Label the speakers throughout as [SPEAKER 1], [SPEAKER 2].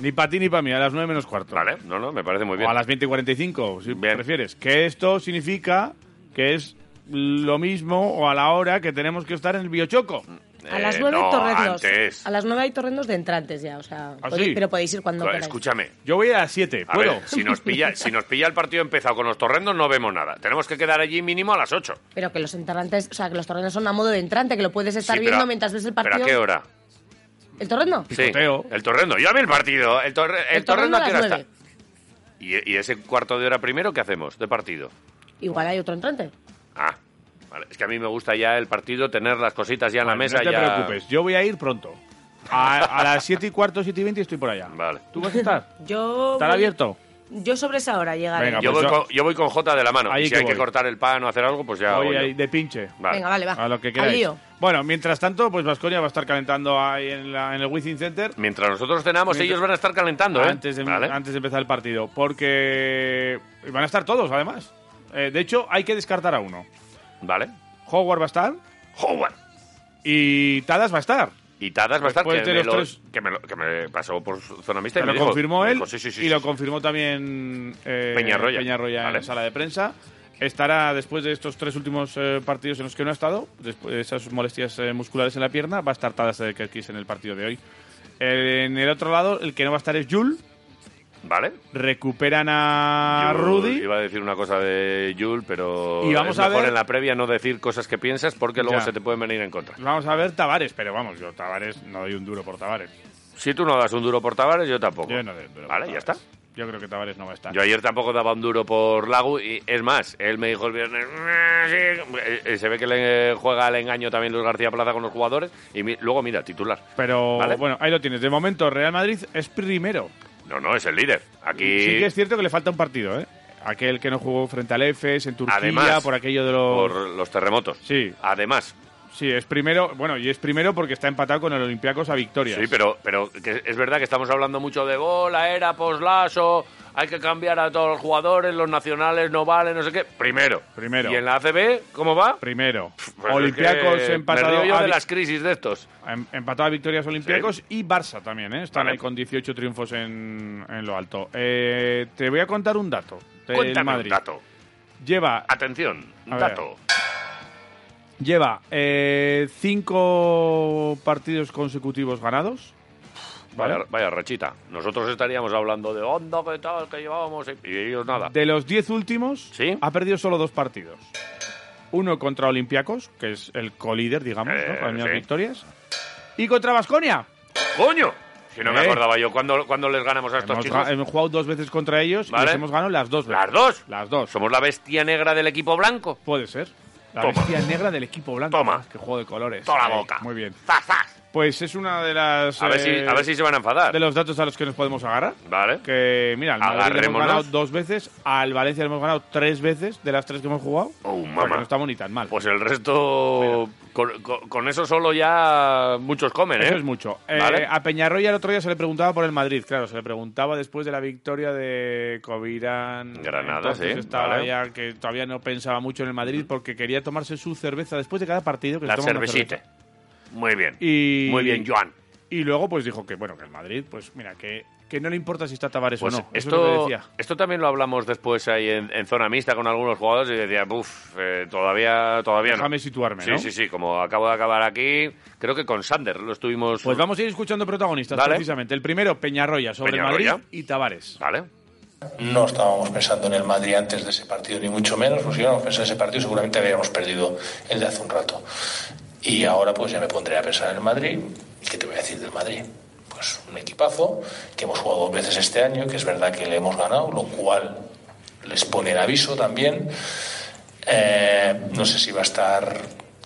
[SPEAKER 1] Ni para ti ni para mí, a las 9 menos cuarto.
[SPEAKER 2] Vale, no, no, me parece muy bien.
[SPEAKER 1] O a las 20 y 45, si
[SPEAKER 2] Bien.
[SPEAKER 1] prefieres. Que esto significa que es lo mismo o a la hora que tenemos que estar en el biochoco.
[SPEAKER 3] A las
[SPEAKER 2] Eh,
[SPEAKER 3] nueve
[SPEAKER 2] no,
[SPEAKER 3] hay torrendos.
[SPEAKER 2] antes.
[SPEAKER 3] A las nueve hay torrendos de entrantes ya, o sea.
[SPEAKER 1] ¿Ah,
[SPEAKER 3] podéis-
[SPEAKER 1] sí?
[SPEAKER 3] Pero podéis ir cuando
[SPEAKER 2] Co-
[SPEAKER 3] queráis.
[SPEAKER 2] Escúchame.
[SPEAKER 1] Yo voy a las 7,
[SPEAKER 2] A
[SPEAKER 1] ¿puedo?
[SPEAKER 2] ver, si nos, pilla, si nos pilla el partido empezado con los torrendos, no vemos nada. Tenemos que quedar allí mínimo a las 8.
[SPEAKER 3] Pero que los entrantes, o sea, que los torrendos son a modo de entrante, que lo puedes estar viendo mientras ves el partido.
[SPEAKER 2] ¿Pero a qué hora?
[SPEAKER 3] ¿El torrendo?
[SPEAKER 2] Sí,
[SPEAKER 1] Picoteo.
[SPEAKER 2] el torrendo. Yo a mí el partido. El, torre- el torrendo,
[SPEAKER 3] torrendo
[SPEAKER 2] ¿a qué
[SPEAKER 3] a
[SPEAKER 2] hora
[SPEAKER 3] las
[SPEAKER 2] está? ¿Y, y ese cuarto de hora primero qué hacemos de partido?
[SPEAKER 3] Igual hay otro entrante.
[SPEAKER 2] Ah, vale. Es que a mí me gusta ya el partido, tener las cositas ya en la mesa.
[SPEAKER 1] no te
[SPEAKER 2] ya...
[SPEAKER 1] preocupes, yo voy a ir pronto. A, a las 7 y cuarto, 7 y 20 estoy por allá.
[SPEAKER 2] Vale.
[SPEAKER 1] ¿Tú vas a estar?
[SPEAKER 4] Yo.
[SPEAKER 1] ¿Estará
[SPEAKER 4] voy-
[SPEAKER 1] abierto?
[SPEAKER 4] Yo sobre esa hora llegaré.
[SPEAKER 1] Venga,
[SPEAKER 2] Yo
[SPEAKER 1] pues
[SPEAKER 2] voy,
[SPEAKER 1] yo-
[SPEAKER 2] con, yo voy con Jota de la mano.
[SPEAKER 1] Ahí
[SPEAKER 2] y si
[SPEAKER 1] que
[SPEAKER 2] hay que
[SPEAKER 1] voy.
[SPEAKER 2] cortar el pan o hacer algo, pues ya.
[SPEAKER 1] Voy
[SPEAKER 2] voy
[SPEAKER 1] ahí
[SPEAKER 2] yo.
[SPEAKER 1] de pinche.
[SPEAKER 2] Vale.
[SPEAKER 4] Venga, vale, va.
[SPEAKER 1] A lo que
[SPEAKER 3] Al
[SPEAKER 1] queráis.
[SPEAKER 3] lío.
[SPEAKER 1] Bueno, mientras tanto, pues Vasconia va a estar calentando ahí en, la- en el Wizzing Center.
[SPEAKER 2] Mientras nosotros cenamos,
[SPEAKER 1] Mientras-
[SPEAKER 2] ellos van a estar calentando, ¿eh?
[SPEAKER 1] Antes de, em-
[SPEAKER 2] Vale.
[SPEAKER 1] antes de empezar el partido. Porque van a estar todos, además. Eh, de hecho, hay que descartar a uno.
[SPEAKER 2] Vale.
[SPEAKER 1] Howard va a estar
[SPEAKER 2] Howard.
[SPEAKER 1] y Tadas va a estar.
[SPEAKER 2] Y Tadas va a estar que
[SPEAKER 1] Después de
[SPEAKER 2] me,
[SPEAKER 1] los
[SPEAKER 2] lo-
[SPEAKER 1] tres-
[SPEAKER 2] que, me lo- que me pasó por su zona mixta.
[SPEAKER 1] Te
[SPEAKER 2] y
[SPEAKER 1] lo
[SPEAKER 2] me dijo-
[SPEAKER 1] confirmó
[SPEAKER 2] me
[SPEAKER 1] él
[SPEAKER 2] dijo, sí, sí, sí,
[SPEAKER 1] y lo
[SPEAKER 2] sí.
[SPEAKER 1] confirmó también eh,
[SPEAKER 2] Peñarroya. Vale.
[SPEAKER 1] en sala de prensa. Estará después de estos tres últimos eh, partidos en los que no ha estado, después de esas molestias eh, musculares en la pierna, va a estar Tadas de Kerkis en el partido de hoy. Eh, en el otro lado, el que no va a estar es Jul.
[SPEAKER 2] Vale.
[SPEAKER 1] Recuperan a
[SPEAKER 2] Yo
[SPEAKER 1] Rudy.
[SPEAKER 2] Iba a decir una cosa de Jul, pero
[SPEAKER 1] Y vamos
[SPEAKER 2] es
[SPEAKER 1] a
[SPEAKER 2] mejor
[SPEAKER 1] ver-
[SPEAKER 2] en la previa no decir cosas que piensas porque luego
[SPEAKER 1] Ya.
[SPEAKER 2] se te pueden venir en contra.
[SPEAKER 1] Vamos a ver Tavares, pero vamos, yo Tavares no doy un duro por Tavares.
[SPEAKER 2] Si tú no das un duro por Tavares, yo tampoco.
[SPEAKER 1] Yo no doy un duro
[SPEAKER 2] Vale,
[SPEAKER 1] por
[SPEAKER 2] ya está.
[SPEAKER 1] Tavares. Yo creo que Tavares no va a estar.
[SPEAKER 2] Yo ayer tampoco daba un duro por Lagu y es más, él me dijo el viernes, "Mm, sí". Eh, eh, se ve que le juega al engaño también Luis García Plaza con los jugadores y mi- luego mira, titular.
[SPEAKER 1] Pero
[SPEAKER 2] Vale.
[SPEAKER 1] bueno, ahí lo tienes. De momento, Real Madrid es primero.
[SPEAKER 2] No, no, es el líder. Aquí
[SPEAKER 1] Sí que es cierto que le falta un partido, ¿eh? Aquel que no jugó frente al EFES, en Turquía,
[SPEAKER 2] Además,
[SPEAKER 1] por aquello de los...
[SPEAKER 2] por los terremotos.
[SPEAKER 1] Sí.
[SPEAKER 2] Además,
[SPEAKER 1] Sí, es primero, bueno, y es primero porque está empatado con el Olympiacos a victorias.
[SPEAKER 2] Sí, pero, pero que es verdad que estamos hablando mucho de bola, era, poslaso, hay que cambiar a todos los jugadores, los nacionales no valen, no sé qué. Primero.
[SPEAKER 1] Primero.
[SPEAKER 2] ¿Y en la ACB cómo va?
[SPEAKER 1] Primero.
[SPEAKER 2] Pues
[SPEAKER 1] Olympiacos
[SPEAKER 2] es que
[SPEAKER 1] empatado,
[SPEAKER 2] me río yo
[SPEAKER 1] a
[SPEAKER 2] de
[SPEAKER 1] vi-
[SPEAKER 2] las crisis de estos.
[SPEAKER 1] em- empatado a victorias Olympiacos
[SPEAKER 2] Sí.
[SPEAKER 1] y Barça también, ¿eh? Están
[SPEAKER 2] Vale.
[SPEAKER 1] ahí con 18 triunfos en, en lo alto. Eh, te voy a contar un dato del
[SPEAKER 2] Cuéntame
[SPEAKER 1] Madrid.
[SPEAKER 2] un dato. Ah.
[SPEAKER 1] Lleva
[SPEAKER 2] Atención, un
[SPEAKER 1] A ver.
[SPEAKER 2] dato.
[SPEAKER 1] Lleva eh, cinco partidos consecutivos ganados. ¿vale?
[SPEAKER 2] Vaya, vaya rachita. Nosotros estaríamos hablando de onda, que tal, que llevábamos, y- y ellos nada.
[SPEAKER 1] De los diez últimos,
[SPEAKER 2] Sí.
[SPEAKER 1] ha perdido solo dos partidos. Uno contra Olympiacos, que es el colíder, digamos,
[SPEAKER 2] Eh,
[SPEAKER 1] ¿no? con las mismas
[SPEAKER 2] sí.
[SPEAKER 1] victorias. Y contra Vasconia.
[SPEAKER 2] ¡Coño! Si no me
[SPEAKER 1] Eh.
[SPEAKER 2] acordaba yo, ¿cuándo, cuándo les ganamos a estos
[SPEAKER 1] Hemos,
[SPEAKER 2] chicos?
[SPEAKER 1] ga- hemos jugado dos veces contra ellos
[SPEAKER 2] Vale.
[SPEAKER 1] y les hemos ganado las dos veces.
[SPEAKER 2] ¿Las dos?
[SPEAKER 1] Las dos.
[SPEAKER 2] ¿Somos la bestia negra del equipo blanco?
[SPEAKER 1] Puede ser. La
[SPEAKER 2] Toma.
[SPEAKER 1] bestia negra del equipo blanco.
[SPEAKER 2] Toma.
[SPEAKER 1] Qué juego de colores.
[SPEAKER 2] ¡Toda
[SPEAKER 1] Ahí,
[SPEAKER 2] la boca!
[SPEAKER 1] Muy bien.
[SPEAKER 2] ¡Zas, zas!
[SPEAKER 1] Pues es una de las.
[SPEAKER 2] A ver, si,
[SPEAKER 1] eh,
[SPEAKER 2] a ver si se van a enfadar.
[SPEAKER 1] De los datos a los que nos podemos agarrar.
[SPEAKER 2] Vale.
[SPEAKER 1] Que mira, al Madrid le hemos
[SPEAKER 2] Agarrémonos.
[SPEAKER 1] ganado dos veces, al Valencia le hemos ganado tres veces de las tres que hemos jugado.
[SPEAKER 2] Oh,
[SPEAKER 1] O sea,
[SPEAKER 2] mamá.
[SPEAKER 1] que no estamos ni tan mal.
[SPEAKER 2] Pues el resto, con, con- con eso solo ya muchos comen, ¿eh?
[SPEAKER 1] Eso es mucho. Eh,
[SPEAKER 2] Vale.
[SPEAKER 1] a Peñarroya el otro día se le preguntaba por el Madrid, claro, se le preguntaba después de la victoria de Covirán.
[SPEAKER 2] Granada,
[SPEAKER 1] Entonces
[SPEAKER 2] sí,
[SPEAKER 1] Estaba
[SPEAKER 2] vale.
[SPEAKER 1] ya que todavía no pensaba mucho en el Madrid porque quería tomarse su cerveza después de cada partido. Que se
[SPEAKER 2] La
[SPEAKER 1] toma una
[SPEAKER 2] cervecita.
[SPEAKER 1] cerveza.
[SPEAKER 2] Muy bien.
[SPEAKER 1] Y-
[SPEAKER 2] Muy bien, Joan.
[SPEAKER 1] Y luego pues dijo que bueno, que el Madrid, pues mira, que, que no le importa si está Tavares
[SPEAKER 2] Pues
[SPEAKER 1] o no. Eso es lo que
[SPEAKER 2] esto,
[SPEAKER 1] decía.
[SPEAKER 2] esto también lo hablamos después ahí en, en zona mixta con algunos jugadores y decía, uff, todavía, todavía no".
[SPEAKER 1] Déjame situarme,
[SPEAKER 2] Sí,
[SPEAKER 1] ¿no?
[SPEAKER 2] sí, sí, como acabo de acabar aquí, creo que con Sander lo estuvimos...
[SPEAKER 1] Pues vamos a ir escuchando protagonistas,
[SPEAKER 2] Dale.
[SPEAKER 1] precisamente. El primero, Peñarroya, sobre el
[SPEAKER 2] Peñarroya.
[SPEAKER 1] Madrid y Tavares.
[SPEAKER 2] Vale.
[SPEAKER 5] No estábamos pensando en el Madrid antes de ese partido, ni mucho menos, porque si hubiéramos pensado en ese partido seguramente habríamos perdido el de hace un rato. Y ahora pues ya me pondré a pensar en el Madrid. ¿Qué te voy a decir del Madrid? Pues un equipazo que hemos jugado dos veces este año, que es verdad que le hemos ganado, lo cual les pone el aviso también. Eh, no sé si va a estar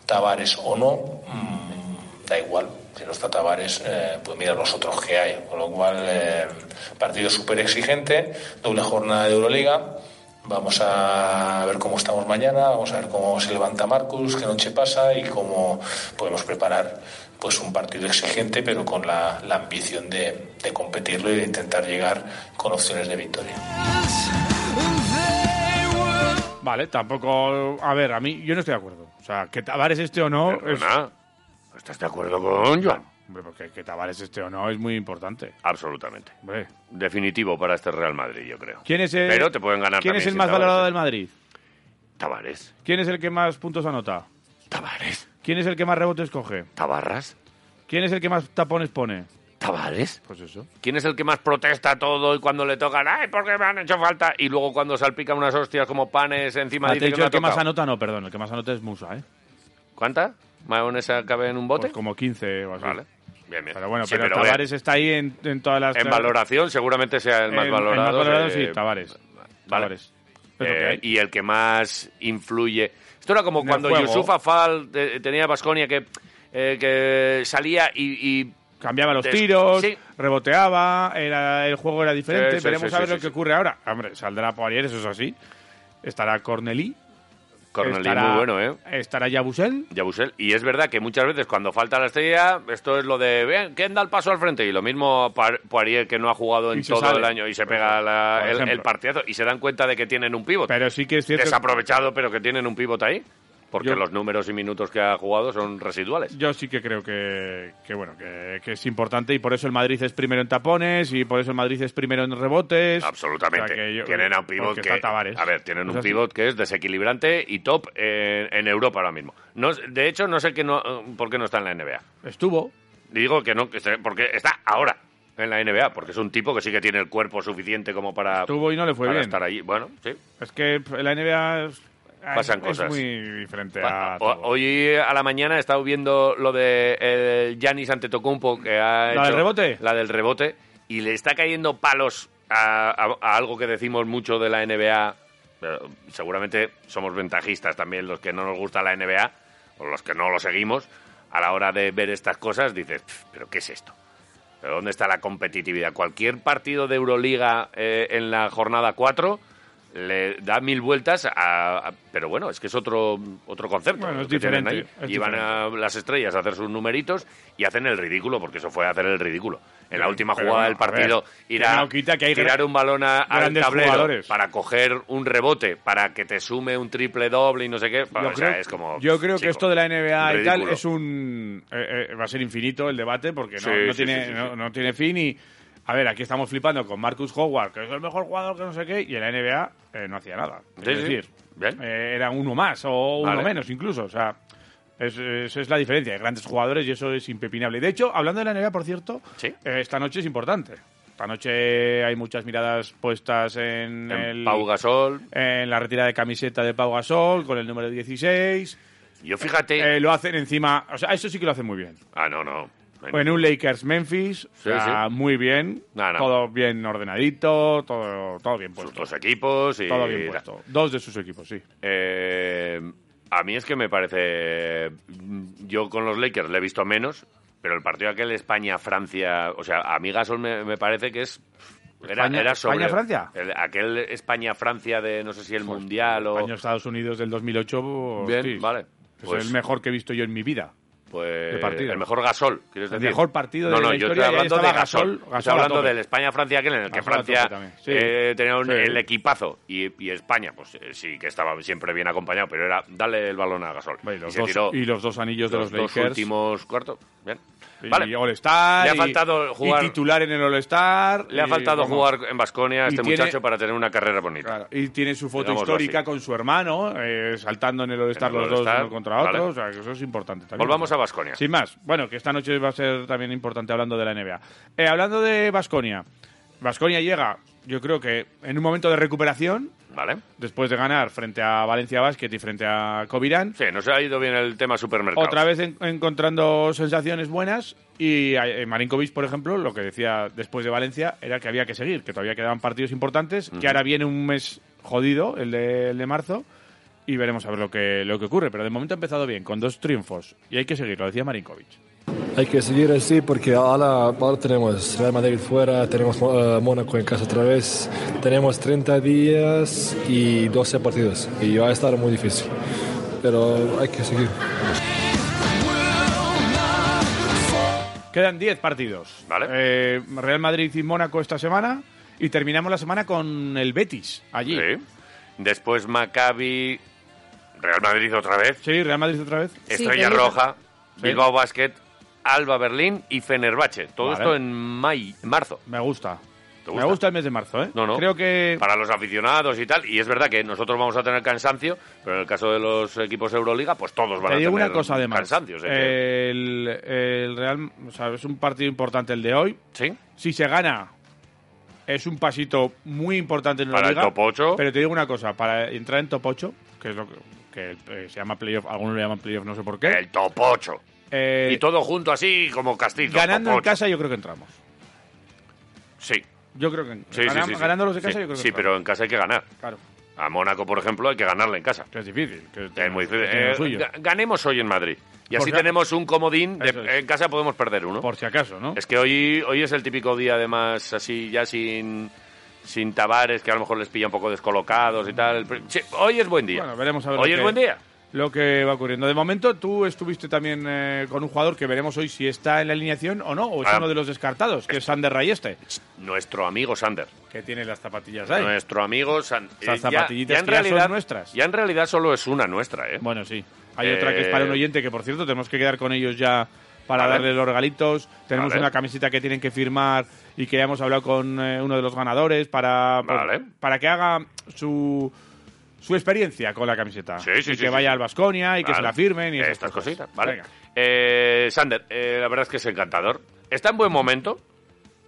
[SPEAKER 5] Tavares o no, Mm, da igual. Si no está Tavares, eh, pues mira los otros que hay. Con lo cual, eh, partido súper exigente, doble jornada de Euroliga. Vamos a ver cómo estamos mañana, vamos a ver cómo se levanta Marcus, qué noche pasa y cómo podemos preparar pues un partido exigente, pero con la, la ambición de, de competirlo y de intentar llegar con opciones de victoria.
[SPEAKER 1] Vale, tampoco. A ver, a mí yo no estoy de acuerdo. O sea, que Tavares esté o no. es-
[SPEAKER 2] Perdona, ¿Estás de acuerdo con Joan?
[SPEAKER 1] Hombre, porque que Tavares esté o no es muy importante.
[SPEAKER 2] Absolutamente.
[SPEAKER 1] Hombre.
[SPEAKER 2] Definitivo para este Real Madrid, yo creo.
[SPEAKER 1] ¿Quién es el,
[SPEAKER 2] Pero te pueden ganar
[SPEAKER 1] ¿quién
[SPEAKER 2] también
[SPEAKER 1] es el
[SPEAKER 2] sin
[SPEAKER 1] más
[SPEAKER 2] Tavares,
[SPEAKER 1] valorado
[SPEAKER 2] ¿eh?
[SPEAKER 1] del Madrid?
[SPEAKER 2] Tavares.
[SPEAKER 1] ¿Quién es el que más puntos anota?
[SPEAKER 2] Tavares.
[SPEAKER 1] ¿Quién es el que más rebotes coge?
[SPEAKER 2] Tabarras.
[SPEAKER 1] ¿Quién es el que más tapones pone?
[SPEAKER 2] Tavares.
[SPEAKER 1] Pues eso.
[SPEAKER 2] ¿Quién es el que más protesta todo y cuando le tocan, ay, porque me han hecho falta? Y luego cuando salpican unas hostias como panes encima
[SPEAKER 1] Ah, te
[SPEAKER 2] dice
[SPEAKER 1] he
[SPEAKER 2] que
[SPEAKER 1] dicho
[SPEAKER 2] me ha
[SPEAKER 1] el que más
[SPEAKER 2] tocado.
[SPEAKER 1] anota, no, perdón. El que más anota es Musa, ¿eh?
[SPEAKER 2] ¿Cuánta? ¿Mayonesa cabe en un bote?
[SPEAKER 1] Pues como 15 o así.
[SPEAKER 2] Vale. Bien, bien.
[SPEAKER 1] Pero bueno,
[SPEAKER 2] Sí,
[SPEAKER 1] pero,
[SPEAKER 2] vea,
[SPEAKER 1] Tavares está ahí en, en todas las.
[SPEAKER 2] En valoración seguramente sea el
[SPEAKER 1] en-
[SPEAKER 2] más
[SPEAKER 1] en
[SPEAKER 2] valorado.
[SPEAKER 1] más valorado,
[SPEAKER 2] eh,
[SPEAKER 1] sí, Tavares. Tavares. Pero
[SPEAKER 2] Eh,
[SPEAKER 1] que hay.
[SPEAKER 2] y el que más influye. Esto era como
[SPEAKER 1] En el
[SPEAKER 2] cuando
[SPEAKER 1] juego.
[SPEAKER 2] Yusuf Afal eh, tenía Basconia que, eh, que salía y, y-
[SPEAKER 1] Cambiaba los
[SPEAKER 2] Des-
[SPEAKER 1] tiros,
[SPEAKER 2] sí.
[SPEAKER 1] reboteaba, era, el juego era diferente.
[SPEAKER 2] Sí, sí,
[SPEAKER 1] Veremos
[SPEAKER 2] sí,
[SPEAKER 1] a
[SPEAKER 2] sí,
[SPEAKER 1] ver
[SPEAKER 2] sí,
[SPEAKER 1] lo que
[SPEAKER 2] sí.
[SPEAKER 1] ocurre ahora. Hombre, saldrá Poirier, eso es así. Estará Cornelí.
[SPEAKER 2] Cornelí,
[SPEAKER 1] estará-
[SPEAKER 2] muy bueno, ¿eh?
[SPEAKER 1] Estará Yabusel.
[SPEAKER 2] Yabusel. Y es verdad que muchas veces cuando falta la estrella, esto es lo de, vean, ¿quién da el paso al frente? Y lo mismo Par- Poirier, que no ha jugado en
[SPEAKER 1] Y se
[SPEAKER 2] todo
[SPEAKER 1] sale.
[SPEAKER 2] el año y se
[SPEAKER 1] Por
[SPEAKER 2] pega la-
[SPEAKER 1] ejemplo.
[SPEAKER 2] el, el partidazo y se dan cuenta de que tienen un pívot.
[SPEAKER 1] Pero sí que es cierto.
[SPEAKER 2] Desaprovechado, pero que tienen un pívot ahí. Porque
[SPEAKER 1] Yo-
[SPEAKER 2] los números y minutos que ha jugado son residuales.
[SPEAKER 1] Yo sí que creo que, que bueno, que, que es importante y por eso el Madrid es primero en tapones y por eso el Madrid es primero en rebotes.
[SPEAKER 2] Absolutamente.
[SPEAKER 1] O sea que yo-
[SPEAKER 2] tienen a un pivot
[SPEAKER 1] porque
[SPEAKER 2] que.
[SPEAKER 1] está Tavares.
[SPEAKER 2] A ver, tienen
[SPEAKER 1] Es
[SPEAKER 2] un
[SPEAKER 1] así.
[SPEAKER 2] pivot que es desequilibrante y top eh, en, Europa ahora mismo. No, de hecho, no sé que no, eh, por qué no está en la NBA.
[SPEAKER 1] Estuvo.
[SPEAKER 2] Digo que no, que se- porque está ahora en la NBA, porque es un tipo que sí que tiene el cuerpo suficiente como para,
[SPEAKER 1] Estuvo y no le fue
[SPEAKER 2] para
[SPEAKER 1] bien.
[SPEAKER 2] estar ahí. Bueno, sí.
[SPEAKER 1] Es que pf, la NBA es,
[SPEAKER 2] Pasan
[SPEAKER 1] es
[SPEAKER 2] cosas.
[SPEAKER 1] muy diferente
[SPEAKER 2] Va-
[SPEAKER 1] a
[SPEAKER 2] o-
[SPEAKER 1] todo.
[SPEAKER 2] Hoy a la mañana he estado viendo lo de Yanis Antetokounmpo que ha
[SPEAKER 1] ¿La del
[SPEAKER 2] hecho-
[SPEAKER 1] rebote?
[SPEAKER 2] La del rebote. Y le está cayendo palos a, a- a algo que decimos mucho de la NBA. Pero seguramente somos ventajistas también los que no nos gusta la NBA o los que no lo seguimos. A la hora de ver estas cosas dices, "Pff, pero ¿qué es esto? ¿Pero dónde está la competitividad? Cualquier partido de Euroliga eh, en la jornada 4 le da mil vueltas a, a- Pero bueno, es que es otro, otro concepto.
[SPEAKER 1] Bueno, es
[SPEAKER 2] que tienen
[SPEAKER 1] diferente,
[SPEAKER 2] ahí.
[SPEAKER 1] es
[SPEAKER 2] y van a las estrellas a hacer sus numeritos y hacen el ridículo, porque eso fue hacer el ridículo. En la
[SPEAKER 1] Pero-
[SPEAKER 2] última
[SPEAKER 1] pero
[SPEAKER 2] jugada del
[SPEAKER 1] bueno, a
[SPEAKER 2] partido,
[SPEAKER 1] ver,
[SPEAKER 2] ir
[SPEAKER 1] que
[SPEAKER 2] a
[SPEAKER 1] no quita que hay
[SPEAKER 2] tirar
[SPEAKER 1] gra-
[SPEAKER 2] un balón a- al
[SPEAKER 1] grandes
[SPEAKER 2] tablero
[SPEAKER 1] jugadores.
[SPEAKER 2] para coger un rebote, para que te sume un triple doble y no sé qué.
[SPEAKER 1] Yo
[SPEAKER 2] o sea,
[SPEAKER 1] creo-
[SPEAKER 2] es como,
[SPEAKER 1] yo creo que
[SPEAKER 2] chico,
[SPEAKER 1] esto de la NBA y tal
[SPEAKER 2] ridículo.
[SPEAKER 1] es un. eh, eh, va a ser infinito el debate porque no,
[SPEAKER 2] Sí,
[SPEAKER 1] no
[SPEAKER 2] sí,
[SPEAKER 1] tiene,
[SPEAKER 2] sí, sí,
[SPEAKER 1] no,
[SPEAKER 2] sí.
[SPEAKER 1] no tiene fin. Y a ver, aquí estamos flipando con Marcus Howard, que es el mejor jugador que no sé qué, y en la NBA eh, no hacía nada. Es
[SPEAKER 2] Sí, sí.
[SPEAKER 1] decir,
[SPEAKER 2] Bien.
[SPEAKER 1] eh, era uno más o uno
[SPEAKER 2] Vale.
[SPEAKER 1] menos incluso. O sea, es- esa es la diferencia. Hay grandes jugadores y eso es impepinable. De hecho, hablando de la NBA, por cierto,
[SPEAKER 2] Sí.
[SPEAKER 1] eh, esta noche es importante. Esta noche hay muchas miradas puestas en,
[SPEAKER 2] En
[SPEAKER 1] el,
[SPEAKER 2] Pau Gasol.
[SPEAKER 1] en la retirada de camiseta de Pau Gasol con el número 16.
[SPEAKER 2] Yo fíjate.
[SPEAKER 1] Eh, lo hacen encima, o sea, eso sí que lo hacen muy bien.
[SPEAKER 2] ah, no, no. no hay
[SPEAKER 1] En un Lakers Memphis, o
[SPEAKER 2] Sí,
[SPEAKER 1] sea,
[SPEAKER 2] sí.
[SPEAKER 1] muy bien,
[SPEAKER 2] No, no.
[SPEAKER 1] todo bien ordenadito, todo, todo bien
[SPEAKER 2] sus
[SPEAKER 1] puesto.
[SPEAKER 2] dos equipos y
[SPEAKER 1] Todo bien
[SPEAKER 2] tal.
[SPEAKER 1] puesto. Dos de sus equipos, sí.
[SPEAKER 2] Eh, a mí es que me parece. Yo con los Lakers le he visto menos, pero el partido aquel España-Francia. O sea, a mí Gasol me, me parece que es. Era,
[SPEAKER 1] España-
[SPEAKER 2] era sobre-
[SPEAKER 1] España-Francia.
[SPEAKER 2] el- aquel España-Francia de no sé si el Mundial o.
[SPEAKER 1] Año Estados Unidos del 2008.
[SPEAKER 2] Bien,
[SPEAKER 1] hostis.
[SPEAKER 2] vale.
[SPEAKER 1] pues, Es
[SPEAKER 2] Pues-
[SPEAKER 1] el mejor que he visto yo en mi vida.
[SPEAKER 2] Pues,
[SPEAKER 1] de partido.
[SPEAKER 2] El mejor Gasol, quieres
[SPEAKER 1] El
[SPEAKER 2] decir.
[SPEAKER 1] mejor partido de
[SPEAKER 2] no, no,
[SPEAKER 1] la
[SPEAKER 2] yo
[SPEAKER 1] historia,
[SPEAKER 2] estoy
[SPEAKER 1] y ahí
[SPEAKER 2] hablando de
[SPEAKER 1] estaba
[SPEAKER 2] Gasol.
[SPEAKER 1] Gasol,
[SPEAKER 2] Estoy
[SPEAKER 1] Gasol a
[SPEAKER 2] hablando
[SPEAKER 1] tope.
[SPEAKER 2] del España-Francia, aquel en el que
[SPEAKER 1] Gasol a tope
[SPEAKER 2] Francia
[SPEAKER 1] también, sí.
[SPEAKER 2] eh, tenía un-
[SPEAKER 1] Sí.
[SPEAKER 2] el equipazo y, y España, pues eh, sí que estaba siempre bien acompañado, pero era darle el balón a Gasol.
[SPEAKER 1] Vale,
[SPEAKER 2] y
[SPEAKER 1] los
[SPEAKER 2] se
[SPEAKER 1] dos-
[SPEAKER 2] tiró
[SPEAKER 1] y los dos anillos
[SPEAKER 2] los
[SPEAKER 1] de los
[SPEAKER 2] dos
[SPEAKER 1] Lakers.
[SPEAKER 2] últimos cuartos. Bien.
[SPEAKER 1] Y
[SPEAKER 2] Vale.
[SPEAKER 1] All-Star.
[SPEAKER 2] Le ha
[SPEAKER 1] y-
[SPEAKER 2] faltado jugar-
[SPEAKER 1] Y titular en el All-Star.
[SPEAKER 2] Le ha
[SPEAKER 1] y,
[SPEAKER 2] faltado
[SPEAKER 1] vamos,
[SPEAKER 2] jugar en Basconia a
[SPEAKER 1] Y
[SPEAKER 2] este
[SPEAKER 1] tiene-
[SPEAKER 2] muchacho para tener una carrera bonita.
[SPEAKER 1] claro, y tiene su foto
[SPEAKER 2] Digámoslo
[SPEAKER 1] histórica
[SPEAKER 2] así.
[SPEAKER 1] con su hermano, eh, saltando en el All-Star
[SPEAKER 2] En el
[SPEAKER 1] los dos
[SPEAKER 2] All-Star,
[SPEAKER 1] uno contra
[SPEAKER 2] vale.
[SPEAKER 1] otro. O sea, que eso es importante también.
[SPEAKER 2] Volvamos a Baskonia.
[SPEAKER 1] Sin más. Bueno, que esta noche va a ser también importante hablando de la NBA. Eh, hablando de Basconia. Basconia llega yo creo que en un momento de recuperación,
[SPEAKER 2] ¿Vale?
[SPEAKER 1] después de ganar frente a Valencia Basket y frente a Covirán,
[SPEAKER 2] Sí, no se ha ido bien el tema supermercado.
[SPEAKER 1] otra vez en- encontrando sensaciones buenas y eh, Marinkovic, por ejemplo, lo que decía después de Valencia era que había que seguir, que todavía quedaban partidos importantes, que ahora viene un mes jodido, el de, el de marzo, y veremos a ver lo que, lo que ocurre. Pero de momento ha empezado bien, con dos triunfos, y hay que seguir, lo decía Marinkovic.
[SPEAKER 6] Hay que seguir así porque ahora, ahora tenemos Real Madrid fuera, tenemos eh, Mónaco en casa otra vez, tenemos 30 días y 12 partidos y va a estar muy difícil, pero hay que seguir.
[SPEAKER 1] Quedan 10 partidos.
[SPEAKER 2] Vale.
[SPEAKER 1] Eh, Real Madrid y Mónaco esta semana, y terminamos la semana con el Betis, allí.
[SPEAKER 2] Sí. Después Maccabi, Real Madrid otra vez,
[SPEAKER 1] Sí, Real Madrid otra vez.
[SPEAKER 3] Sí,
[SPEAKER 2] Estrella
[SPEAKER 3] tenía-
[SPEAKER 2] Roja,
[SPEAKER 1] Sí.
[SPEAKER 2] Bilbao Basket, Alba Berlín y Fenerbahce. Todo
[SPEAKER 1] Vale.
[SPEAKER 2] esto en may, marzo.
[SPEAKER 1] Me gusta.
[SPEAKER 2] ¿Te
[SPEAKER 1] Me
[SPEAKER 2] gusta?
[SPEAKER 1] gusta el mes de marzo, ¿eh?
[SPEAKER 2] No, no.
[SPEAKER 1] Creo que.
[SPEAKER 2] Para los aficionados y tal. Y es verdad que nosotros vamos a tener cansancio, pero en el caso de los equipos de Euroliga, pues todos van
[SPEAKER 1] Te
[SPEAKER 2] a
[SPEAKER 1] digo
[SPEAKER 2] tener
[SPEAKER 1] una cosa además. Eh,
[SPEAKER 2] cansancio. o sea que-
[SPEAKER 1] el, el Real. O sea, es un partido importante el de hoy.
[SPEAKER 2] ¿Sí?
[SPEAKER 1] Si se gana, es un pasito muy importante en la
[SPEAKER 2] Para el
[SPEAKER 1] liga.
[SPEAKER 2] top ocho.
[SPEAKER 1] Pero te digo una cosa: para entrar en top 8, que es lo que, que, eh, se llama playoff, algunos lo llaman playoff, no sé por qué.
[SPEAKER 2] El top 8.
[SPEAKER 1] eh,
[SPEAKER 2] y todo junto así, como Castillo.
[SPEAKER 1] ganando
[SPEAKER 2] top
[SPEAKER 1] en
[SPEAKER 2] ocho.
[SPEAKER 1] casa, yo creo que entramos.
[SPEAKER 2] Sí.
[SPEAKER 1] Yo creo que. en-
[SPEAKER 2] Sí, sí,
[SPEAKER 1] ganam-
[SPEAKER 2] sí, sí.
[SPEAKER 1] Ganando los de casa,
[SPEAKER 2] Sí,
[SPEAKER 1] yo creo que
[SPEAKER 2] Sí,
[SPEAKER 1] entramos.
[SPEAKER 2] pero en casa hay que ganar.
[SPEAKER 1] Claro.
[SPEAKER 2] A Mónaco, por ejemplo, hay que ganarle en casa.
[SPEAKER 1] Que es difícil. Que
[SPEAKER 2] Es muy difícil.
[SPEAKER 1] que tiene lo
[SPEAKER 2] Eh,
[SPEAKER 1] suyo.
[SPEAKER 2] ga- ganemos hoy en Madrid. Y
[SPEAKER 1] Por
[SPEAKER 2] así
[SPEAKER 1] si-
[SPEAKER 2] tenemos un comodín. de-
[SPEAKER 1] Eso es.
[SPEAKER 2] En casa podemos perder uno.
[SPEAKER 1] Por si acaso, ¿no?
[SPEAKER 2] Es que hoy, hoy es el típico día, además, así ya sin, sin tabares, que a lo mejor les pilla un poco descolocados y tal. Pero- sí, hoy es buen día.
[SPEAKER 1] Bueno, veremos a ver.
[SPEAKER 2] hoy
[SPEAKER 1] lo
[SPEAKER 2] es
[SPEAKER 1] que-
[SPEAKER 2] buen día.
[SPEAKER 1] Lo que va ocurriendo. De momento, tú estuviste también eh, con un jugador que veremos hoy si está en la alineación o no, o es
[SPEAKER 2] Ah.
[SPEAKER 1] uno de los descartados, que es Sander Rayeste,
[SPEAKER 2] Nuestro amigo Sander.
[SPEAKER 1] que tiene las zapatillas ahí.
[SPEAKER 2] Nuestro amigo eh, Sander.
[SPEAKER 1] Esas zapatillitas que ya son nuestras.
[SPEAKER 2] Ya en realidad solo es una nuestra, ¿eh?
[SPEAKER 1] Bueno, sí. Hay
[SPEAKER 2] Eh,
[SPEAKER 1] otra que es para un oyente, que por cierto, tenemos que quedar con ellos ya para
[SPEAKER 2] Vale.
[SPEAKER 1] darle los regalitos. Tenemos
[SPEAKER 2] Vale.
[SPEAKER 1] una camiseta que tienen que firmar y que ya hemos hablado con eh, uno de los ganadores para, pues,
[SPEAKER 2] Vale.
[SPEAKER 1] para que haga su, su experiencia con la camiseta.
[SPEAKER 2] Sí, sí,
[SPEAKER 1] y
[SPEAKER 2] sí,
[SPEAKER 1] que
[SPEAKER 2] sí,
[SPEAKER 1] vaya
[SPEAKER 2] sí.
[SPEAKER 1] al Basconia y que se
[SPEAKER 2] Vale.
[SPEAKER 1] la firmen y esas
[SPEAKER 2] Estas
[SPEAKER 1] cosas.
[SPEAKER 2] cositas, ¿vale?
[SPEAKER 1] Venga.
[SPEAKER 2] Eh, Sander, eh, la verdad es que es encantador. Está en buen momento.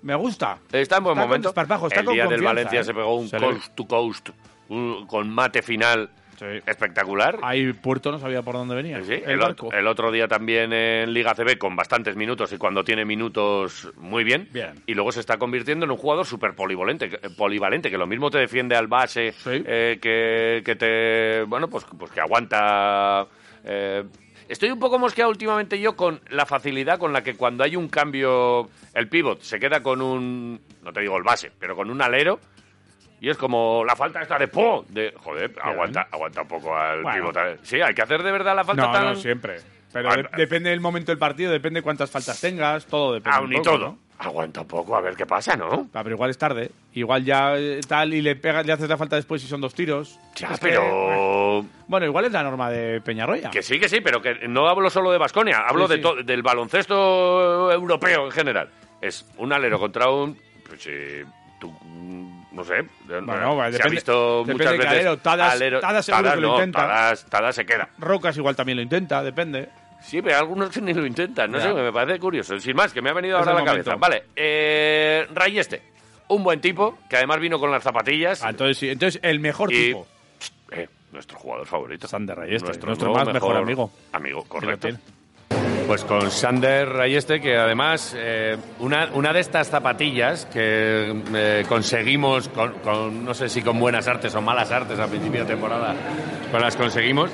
[SPEAKER 1] Me gusta.
[SPEAKER 2] Está en buen
[SPEAKER 1] Está con
[SPEAKER 2] momento.
[SPEAKER 1] desparpajo, está
[SPEAKER 2] el
[SPEAKER 1] con
[SPEAKER 2] día del
[SPEAKER 1] confianza,
[SPEAKER 2] Valencia
[SPEAKER 1] ¿eh?
[SPEAKER 2] se pegó un
[SPEAKER 1] Se le ve.
[SPEAKER 2] coast to coast un- con mate final
[SPEAKER 1] Sí.
[SPEAKER 2] espectacular.
[SPEAKER 1] Ahí Puerto no sabía por dónde venía.
[SPEAKER 2] Sí,
[SPEAKER 1] el,
[SPEAKER 2] el,
[SPEAKER 1] barco.
[SPEAKER 2] ot- el otro día también en Liga CB con bastantes minutos y cuando tiene minutos muy bien.
[SPEAKER 1] Bien.
[SPEAKER 2] Y luego se está convirtiendo en un jugador súper polivalente, que- polivalente, que lo mismo te defiende al base,
[SPEAKER 1] Sí.
[SPEAKER 2] eh, que, que te. Bueno, pues, pues que aguanta. eh. Estoy un poco mosqueado últimamente yo con la facilidad con la que cuando hay un cambio, el pivot se queda con un. No te digo el base, pero con un alero. Y es como la falta esta de po, de joder, aguanta, aguanta un poco al
[SPEAKER 1] Bueno.
[SPEAKER 2] pivot. eh. Sí, hay que hacer de verdad la falta
[SPEAKER 1] no,
[SPEAKER 2] tan
[SPEAKER 1] no, siempre. Pero
[SPEAKER 2] Ah,
[SPEAKER 1] de- depende del momento del partido, depende cuántas faltas tengas, todo depende.
[SPEAKER 2] Aún
[SPEAKER 1] un
[SPEAKER 2] y
[SPEAKER 1] poco,
[SPEAKER 2] Ah, todo.
[SPEAKER 1] ¿no?
[SPEAKER 2] Aguanta un poco, a ver qué pasa, ¿no?
[SPEAKER 1] Ah, pero igual es tarde. Igual ya eh, tal y le pegas, le haces la falta después si son dos tiros.
[SPEAKER 2] Ya,
[SPEAKER 1] Es que-
[SPEAKER 2] pero...
[SPEAKER 1] bueno, igual es la norma de Peñarroya.
[SPEAKER 2] Que sí, que sí, pero que no hablo solo de Basconia, hablo
[SPEAKER 1] Sí,
[SPEAKER 2] de
[SPEAKER 1] sí.
[SPEAKER 2] to- del baloncesto europeo en general. Es un alero contra un... Pues sí, tú, mm, no sé.
[SPEAKER 1] Bueno,
[SPEAKER 2] se
[SPEAKER 1] vale,
[SPEAKER 2] ha
[SPEAKER 1] depende-
[SPEAKER 2] visto
[SPEAKER 1] depende
[SPEAKER 2] muchas
[SPEAKER 1] de qué
[SPEAKER 2] veces...
[SPEAKER 1] alero, Tadas-
[SPEAKER 2] alero-
[SPEAKER 1] Tadas seguro que lo
[SPEAKER 2] no,
[SPEAKER 1] intenta.
[SPEAKER 2] Tadas- Tadas se queda.
[SPEAKER 1] Rocas igual también lo intenta, depende. Ah,
[SPEAKER 2] Sí, pero algunos que ni lo intentan, no
[SPEAKER 1] Ya.
[SPEAKER 2] sé, me parece curioso. Sin más, que me ha venido
[SPEAKER 1] Es
[SPEAKER 2] ahora a la
[SPEAKER 1] el
[SPEAKER 2] cabeza.
[SPEAKER 1] momento.
[SPEAKER 2] Vale, eh, Ray este, un buen tipo, que además vino con las zapatillas.
[SPEAKER 1] Ah, entonces sí, entonces el mejor
[SPEAKER 2] Y-
[SPEAKER 1] tipo.
[SPEAKER 2] Eh, nuestro jugador favorito.
[SPEAKER 1] Sander Rayeste, nuestro más mejor amigo.
[SPEAKER 2] Amigo,
[SPEAKER 1] correcto.
[SPEAKER 2] correcto. Pues con Sander Rayeste, que además eh, una, una de estas zapatillas que eh, conseguimos, con, con- no sé si con buenas artes o malas artes al principio de temporada, con las conseguimos,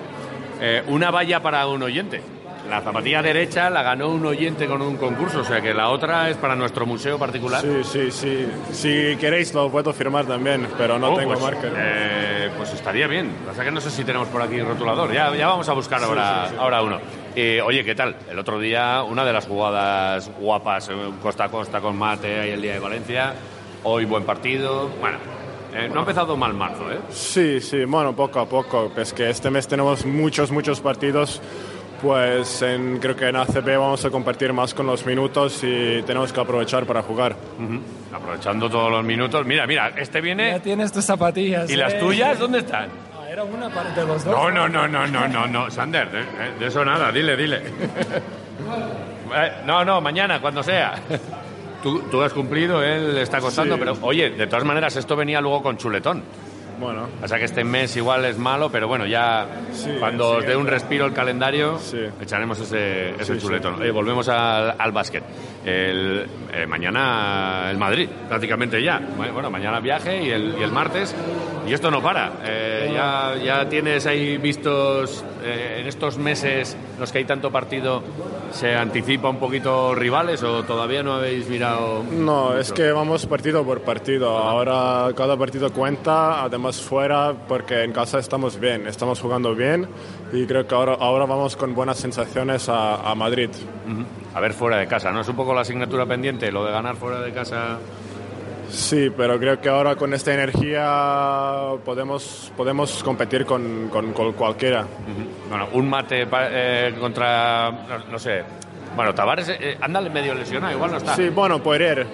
[SPEAKER 2] eh, una valla para un oyente. La zapatilla derecha la ganó un oyente con un concurso, o sea que la otra es para nuestro museo particular.
[SPEAKER 7] Sí, sí, sí. Si queréis lo puedo firmar también, pero no
[SPEAKER 2] Oh,
[SPEAKER 7] tengo
[SPEAKER 2] pues,
[SPEAKER 7] marca.
[SPEAKER 2] eh, pues estaría bien. Pasa que no sé si tenemos por aquí rotulador. Ya, ya vamos a buscar ahora, ahora uno. Eh, oye, ¿qué tal? El otro día, una de las jugadas guapas, eh, costa a costa con Mate ahí el día de Valencia. Hoy buen partido. Bueno, eh, no ha empezado mal marzo, ¿eh?
[SPEAKER 7] Sí, sí, bueno, poco a poco. Es que este mes tenemos muchos, muchos partidos. Pues en- creo que en ACB vamos a compartir más con los minutos y tenemos que aprovechar para jugar.
[SPEAKER 2] Aprovechando todos los minutos. Mira, mira, este viene.
[SPEAKER 6] tienes tus zapatillas. eh.
[SPEAKER 2] ¿Y las tuyas dónde están?
[SPEAKER 6] Era una de los dos.
[SPEAKER 2] No, no, no, no, no, no, no. Sander, de, de Eh, eso nada, dile, dile. Eh, No, no, mañana, cuando sea. tú, tú has cumplido, él le está costando,
[SPEAKER 7] Sí.
[SPEAKER 2] pero oye, de todas maneras, esto venía luego con chuletón.
[SPEAKER 7] Bueno,
[SPEAKER 2] O sea que este mes igual es malo, pero bueno, ya
[SPEAKER 7] Sí,
[SPEAKER 2] cuando os
[SPEAKER 7] sí,
[SPEAKER 2] dé un
[SPEAKER 7] claro.
[SPEAKER 2] respiro el calendario,
[SPEAKER 7] Sí.
[SPEAKER 2] echaremos ese, ese
[SPEAKER 7] Sí,
[SPEAKER 2] chuletón.
[SPEAKER 7] sí.
[SPEAKER 2] Oye, volvemos al, al básquet. El, eh, mañana el Madrid, prácticamente ya. Bueno, mañana viaje y el, y el martes. Y esto no para. Eh, ya, ya tienes ahí vistos eh, en estos meses en los que hay tanto partido, ¿se anticipa un poquito rivales o todavía no habéis mirado?
[SPEAKER 7] no,
[SPEAKER 2] mucho?
[SPEAKER 7] es que vamos partido por partido. Ahora cada partido cuenta, además fuera, porque en casa estamos bien, estamos jugando bien y creo que ahora, ahora vamos con buenas sensaciones a, a Madrid.
[SPEAKER 2] A ver, fuera de casa, ¿no? Es un poco la asignatura pendiente, lo de ganar fuera de casa.
[SPEAKER 7] Sí, pero creo que ahora con esta energía podemos, podemos competir con, con- con cualquiera.
[SPEAKER 2] Bueno, un mate pa- eh, contra, no, no sé. Bueno, Tavares eh, anda medio lesionado, igual no está.
[SPEAKER 7] Sí, bueno, Poirier,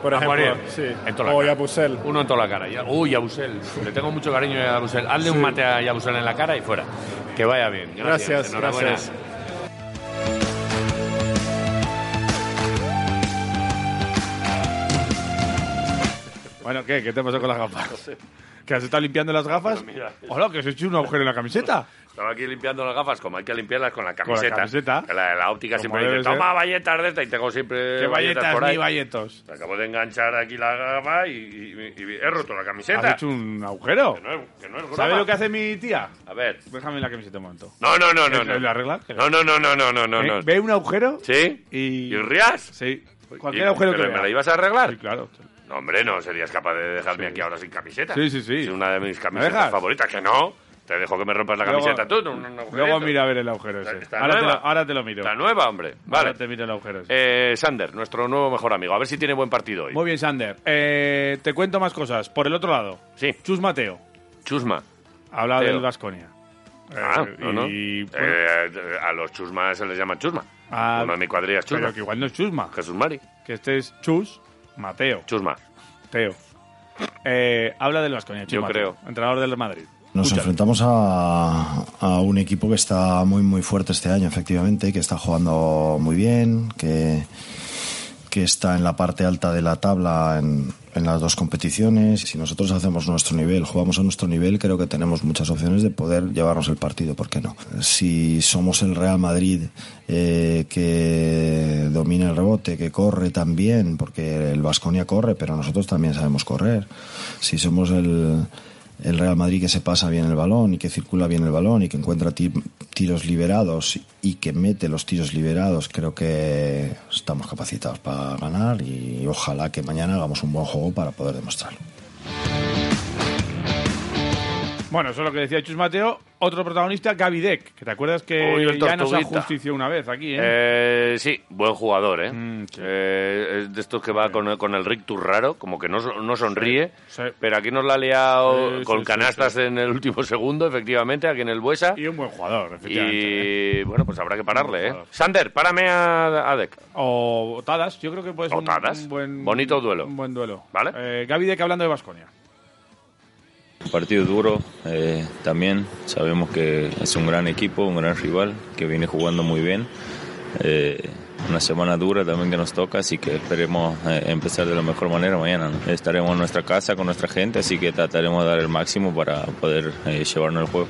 [SPEAKER 7] por
[SPEAKER 2] A
[SPEAKER 7] ejemplo.
[SPEAKER 2] Ah. Poirier,
[SPEAKER 7] Sí.
[SPEAKER 2] en toda la
[SPEAKER 7] O
[SPEAKER 2] cara.
[SPEAKER 7] Yabusel.
[SPEAKER 2] Uno en toda la cara. Ya- Uy, Yabusel. Le tengo mucho cariño a Yabusel. Hazle un mate a Yabusel en la cara y fuera. Que vaya bien. Gracias.
[SPEAKER 7] Gracias,
[SPEAKER 2] Enhorabuena.
[SPEAKER 7] gracias.
[SPEAKER 1] Bueno, ¿qué? ¿Qué te pasó con las gafas? ¿Que has estado limpiando las gafas?
[SPEAKER 2] Pero mira.
[SPEAKER 1] Hola, que has hecho un agujero en la camiseta.
[SPEAKER 2] Estaba aquí limpiando las gafas, como hay que limpiarlas con la camiseta.
[SPEAKER 1] camiseta.
[SPEAKER 2] Que La, la óptica
[SPEAKER 1] Como
[SPEAKER 2] siempre
[SPEAKER 1] debe
[SPEAKER 2] dice,
[SPEAKER 1] ser.
[SPEAKER 2] toma valletas de esta y tengo siempre
[SPEAKER 1] ¿Qué valletas,
[SPEAKER 2] por
[SPEAKER 1] ni
[SPEAKER 2] ahí.
[SPEAKER 1] valletos?
[SPEAKER 2] Acabo de enganchar aquí la gafa y, y- y- y he roto la camiseta.
[SPEAKER 1] ¿Has hecho un agujero?
[SPEAKER 2] Que no es, que no es broma.
[SPEAKER 1] ¿Sabes lo que hace mi tía?
[SPEAKER 2] A ver.
[SPEAKER 1] Déjame la camiseta un momento.
[SPEAKER 2] No, no, no, no.
[SPEAKER 1] ¿Eh,
[SPEAKER 2] no.
[SPEAKER 1] ¿Lo arreglas?
[SPEAKER 2] No, no, no, no, no, no, no.
[SPEAKER 1] ¿Eh?
[SPEAKER 2] no.
[SPEAKER 1] ¿Ve un agujero?
[SPEAKER 2] ¿Sí?
[SPEAKER 1] Y-
[SPEAKER 2] rías?
[SPEAKER 1] Sí.
[SPEAKER 2] Y-
[SPEAKER 1] Cualquier agujero que
[SPEAKER 2] pero
[SPEAKER 1] vea.
[SPEAKER 2] ¿Me la ibas a arreglar?
[SPEAKER 1] Sí, claro.
[SPEAKER 2] No, hombre, no serías capaz de dejarme aquí ahora sin camiseta.
[SPEAKER 1] Sí, sí, sí.
[SPEAKER 2] Es una de mis
[SPEAKER 1] ¿Me
[SPEAKER 2] camisetas
[SPEAKER 1] dejas?
[SPEAKER 2] favoritas, que no. Te dejo que me rompas la
[SPEAKER 1] Luego-
[SPEAKER 2] camiseta tú. no, no, no,
[SPEAKER 1] Luego
[SPEAKER 2] agujerito.
[SPEAKER 1] mira a ver el agujero
[SPEAKER 2] Está-
[SPEAKER 1] ese.
[SPEAKER 2] está
[SPEAKER 1] ahora, te lo,
[SPEAKER 2] nueva.
[SPEAKER 1] ahora te lo miro.
[SPEAKER 2] Está nueva, hombre. Vale.
[SPEAKER 1] Ahora te miro el agujero ese.
[SPEAKER 2] Eh, Sander, nuestro nuevo mejor amigo. A ver si tiene buen partido hoy.
[SPEAKER 1] Muy bien, Sander. Eh, te cuento más cosas. Por el otro lado,
[SPEAKER 2] Sí.
[SPEAKER 1] Chus Mateo
[SPEAKER 2] Chusma.
[SPEAKER 1] habla
[SPEAKER 2] Mateo.
[SPEAKER 1] del Vasconia.
[SPEAKER 2] Ah, no, no.
[SPEAKER 1] Eh, y, bueno,
[SPEAKER 2] Eh, a los chusmas se les llama chusma.
[SPEAKER 1] Ah,
[SPEAKER 2] Uno de mi cuadrilla es chusma.
[SPEAKER 1] Pero que igual no es Chusma.
[SPEAKER 2] Jesús Mari.
[SPEAKER 1] Que este es Chus Mateo.
[SPEAKER 2] Chusma.
[SPEAKER 1] Teo. Eh, habla del Vasconia, Chus
[SPEAKER 2] Yo
[SPEAKER 1] Mateo, Entrenador del Madrid.
[SPEAKER 8] Nos
[SPEAKER 1] Escucha.
[SPEAKER 8] enfrentamos a, a un equipo que está muy muy fuerte este año, efectivamente, que está jugando muy bien, que, que está en la parte alta de la tabla en, en las dos competiciones. Si nosotros hacemos nuestro nivel, jugamos a nuestro nivel, creo que tenemos muchas opciones de poder llevarnos el partido, ¿por qué no? Si somos el Real Madrid eh, que domina el rebote, que corre también, porque el Vasconia corre, pero nosotros también sabemos correr. Si somos el el Real Madrid que se pasa bien el balón y que circula bien el balón y que encuentra ti- tiros liberados y que mete los tiros liberados, creo que estamos capacitados para ganar y ojalá que mañana hagamos un buen juego para poder demostrarlo.
[SPEAKER 1] Bueno, eso es lo que decía Chus Mateo. Otro protagonista, Gaby Deck. Que te acuerdas que
[SPEAKER 2] Uy, el
[SPEAKER 1] ya nos
[SPEAKER 2] tortuguita.
[SPEAKER 1] ajustició una vez aquí, ¿eh?
[SPEAKER 2] Eh, sí, buen jugador, ¿eh?
[SPEAKER 1] Mm, sí.
[SPEAKER 2] Eh, es de estos que va con, con el rictus raro, como que no, so- no sonríe,
[SPEAKER 1] Sí.
[SPEAKER 2] pero aquí nos la ha liado
[SPEAKER 1] Sí,
[SPEAKER 2] con
[SPEAKER 1] sí, sí,
[SPEAKER 2] canastas en el último segundo, efectivamente, aquí en el Buesa.
[SPEAKER 1] Y un buen jugador, efectivamente.
[SPEAKER 2] Y bueno, pues habrá que pararle, ¿eh?
[SPEAKER 1] Ojalá.
[SPEAKER 2] Sander, párame a, a Dec.
[SPEAKER 1] O Tadas, yo creo que puede ser
[SPEAKER 2] O
[SPEAKER 1] un,
[SPEAKER 2] Tadas.
[SPEAKER 1] un buen,
[SPEAKER 2] Bonito duelo.
[SPEAKER 1] Un buen duelo.
[SPEAKER 2] Vale.
[SPEAKER 1] Eh, Gaby Deck hablando de Vasconia.
[SPEAKER 9] Un partido duro eh, también. Sabemos que es un gran equipo, un gran rival que viene jugando muy bien. Eh, una semana dura también que nos toca, así que esperemos eh, empezar de la mejor manera mañana. ¿no? Estaremos en nuestra casa con nuestra gente, así que trataremos de dar el máximo para poder eh, llevarnos el juego.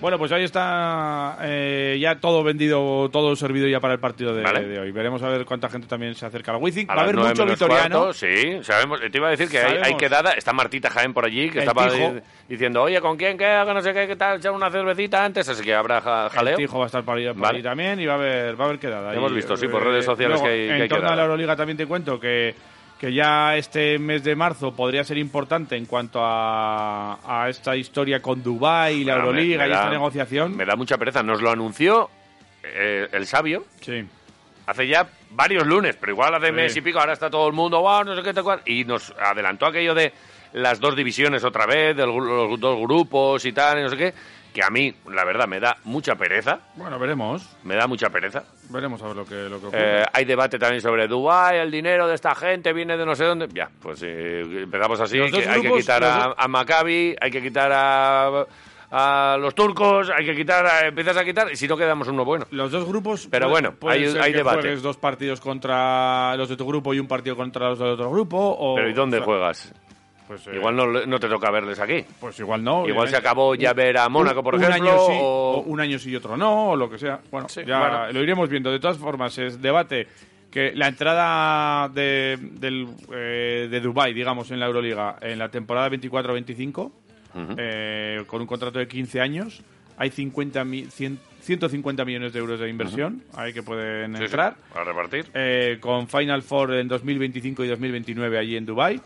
[SPEAKER 1] Bueno, pues ahí está eh, ya todo vendido, todo servido ya para el partido de,
[SPEAKER 2] Vale.
[SPEAKER 1] de hoy. Veremos a ver cuánta gente también se acerca al Wizzing. Va
[SPEAKER 2] A
[SPEAKER 1] a
[SPEAKER 2] las
[SPEAKER 1] haber
[SPEAKER 2] nueve
[SPEAKER 1] mucho
[SPEAKER 2] menos
[SPEAKER 1] vitoriano.
[SPEAKER 2] cuarto, sí, sabemos. Te iba a decir que hay, hay
[SPEAKER 1] Sabemos.
[SPEAKER 2] quedada. Está Martita Jaén por allí, que
[SPEAKER 1] El
[SPEAKER 2] estaba
[SPEAKER 1] Tijo.
[SPEAKER 2] di- diciendo, oye, ¿con quién queda? Que no sé qué, qué tal, echar una cervecita antes, así que habrá ja- jaleo.
[SPEAKER 1] El Tijo va a estar por ahí, por
[SPEAKER 2] Vale.
[SPEAKER 1] ahí también y va a haber, va a haber quedada.
[SPEAKER 2] Hemos
[SPEAKER 1] Y,
[SPEAKER 2] visto, sí, por redes sociales
[SPEAKER 1] luego,
[SPEAKER 2] que hay- que hay
[SPEAKER 1] En torno a
[SPEAKER 2] quedada.
[SPEAKER 1] la Euroliga también te cuento que, que ya este mes de marzo podría ser importante en cuanto a, a esta historia con Dubái y la
[SPEAKER 2] Bueno, me-
[SPEAKER 1] Euroliga
[SPEAKER 2] me
[SPEAKER 1] y
[SPEAKER 2] da-
[SPEAKER 1] esta negociación.
[SPEAKER 2] Me da mucha pereza. Nos lo anunció eh, el sabio
[SPEAKER 1] Sí.
[SPEAKER 2] hace ya varios lunes, pero igual hace
[SPEAKER 1] Sí.
[SPEAKER 2] mes y pico. Ahora está todo el mundo, wow, no sé qué, tal cual. Y nos adelantó aquello de las dos divisiones otra vez, de los dos grupos y tal, y no sé qué. Que a mí, la verdad, me da mucha pereza.
[SPEAKER 1] Bueno, veremos.
[SPEAKER 2] Me da mucha pereza.
[SPEAKER 1] Veremos a ver lo que, lo que ocurre.
[SPEAKER 2] Eh, hay debate también sobre Dubái, el dinero de esta gente viene de no sé dónde. Ya, pues eh, empezamos así.
[SPEAKER 1] Los dos
[SPEAKER 2] que hay que
[SPEAKER 1] grupos,
[SPEAKER 2] quitar
[SPEAKER 1] los
[SPEAKER 2] a,
[SPEAKER 1] dos-
[SPEAKER 2] a Maccabi, hay que quitar a, a los turcos, hay que quitar, a- empiezas a quitar, y si no quedamos uno bueno.
[SPEAKER 1] Los dos grupos.
[SPEAKER 2] Pero
[SPEAKER 1] Puede-
[SPEAKER 2] bueno,
[SPEAKER 1] puede
[SPEAKER 2] hay,
[SPEAKER 1] ser
[SPEAKER 2] hay
[SPEAKER 1] que
[SPEAKER 2] debate.
[SPEAKER 1] juegues dos partidos contra los de tu grupo y un partido contra los del otro grupo. O,
[SPEAKER 2] Pero ¿y dónde
[SPEAKER 1] o sea,
[SPEAKER 2] juegas?
[SPEAKER 1] Pues, eh,
[SPEAKER 2] Igual no, le- no te toca verles aquí.
[SPEAKER 1] Pues igual no.
[SPEAKER 2] Igual se
[SPEAKER 1] obviamente.
[SPEAKER 2] acabó ya ver a
[SPEAKER 1] Un-
[SPEAKER 2] Mónaco, por
[SPEAKER 1] un
[SPEAKER 2] ejemplo.
[SPEAKER 1] Año sí,
[SPEAKER 2] o-
[SPEAKER 1] o un año sí y otro no, o lo que sea. Bueno, ya
[SPEAKER 2] bueno.
[SPEAKER 1] lo iremos viendo. De todas formas, es debate que la entrada de, del, eh, de Dubái, digamos, en la Euroliga en la temporada 24-25, eh, con un contrato de 15 años, hay 50 mi- 100 150 millones de euros de inversión ahí que pueden
[SPEAKER 2] Sí, sí,
[SPEAKER 1] entrar.
[SPEAKER 2] a repartir.
[SPEAKER 1] Eh, con Final Four en 2025 y 2029 allí en Dubai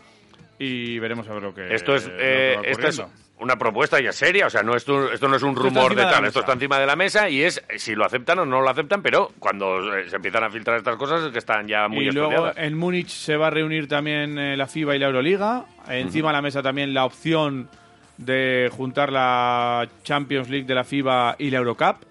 [SPEAKER 1] y veremos a ver lo que
[SPEAKER 2] Esto es,
[SPEAKER 1] lo que
[SPEAKER 2] eh,
[SPEAKER 1] va
[SPEAKER 2] esto es
[SPEAKER 1] ocurriendo.
[SPEAKER 2] una propuesta ya seria, o sea, no esto, esto no es un
[SPEAKER 1] Esto está
[SPEAKER 2] rumor
[SPEAKER 1] encima
[SPEAKER 2] de
[SPEAKER 1] de la
[SPEAKER 2] tal,
[SPEAKER 1] mesa.
[SPEAKER 2] esto está encima de la mesa y es eh, si lo aceptan o no lo aceptan, pero cuando eh, se empiezan a filtrar estas cosas es que están ya muy
[SPEAKER 1] y luego eh,
[SPEAKER 2] estudiadas.
[SPEAKER 1] en Múnich se va a reunir también eh, la FIBA y la Euroliga. Encima de la mesa también la opción de juntar la Champions League de la FIBA y la Eurocup.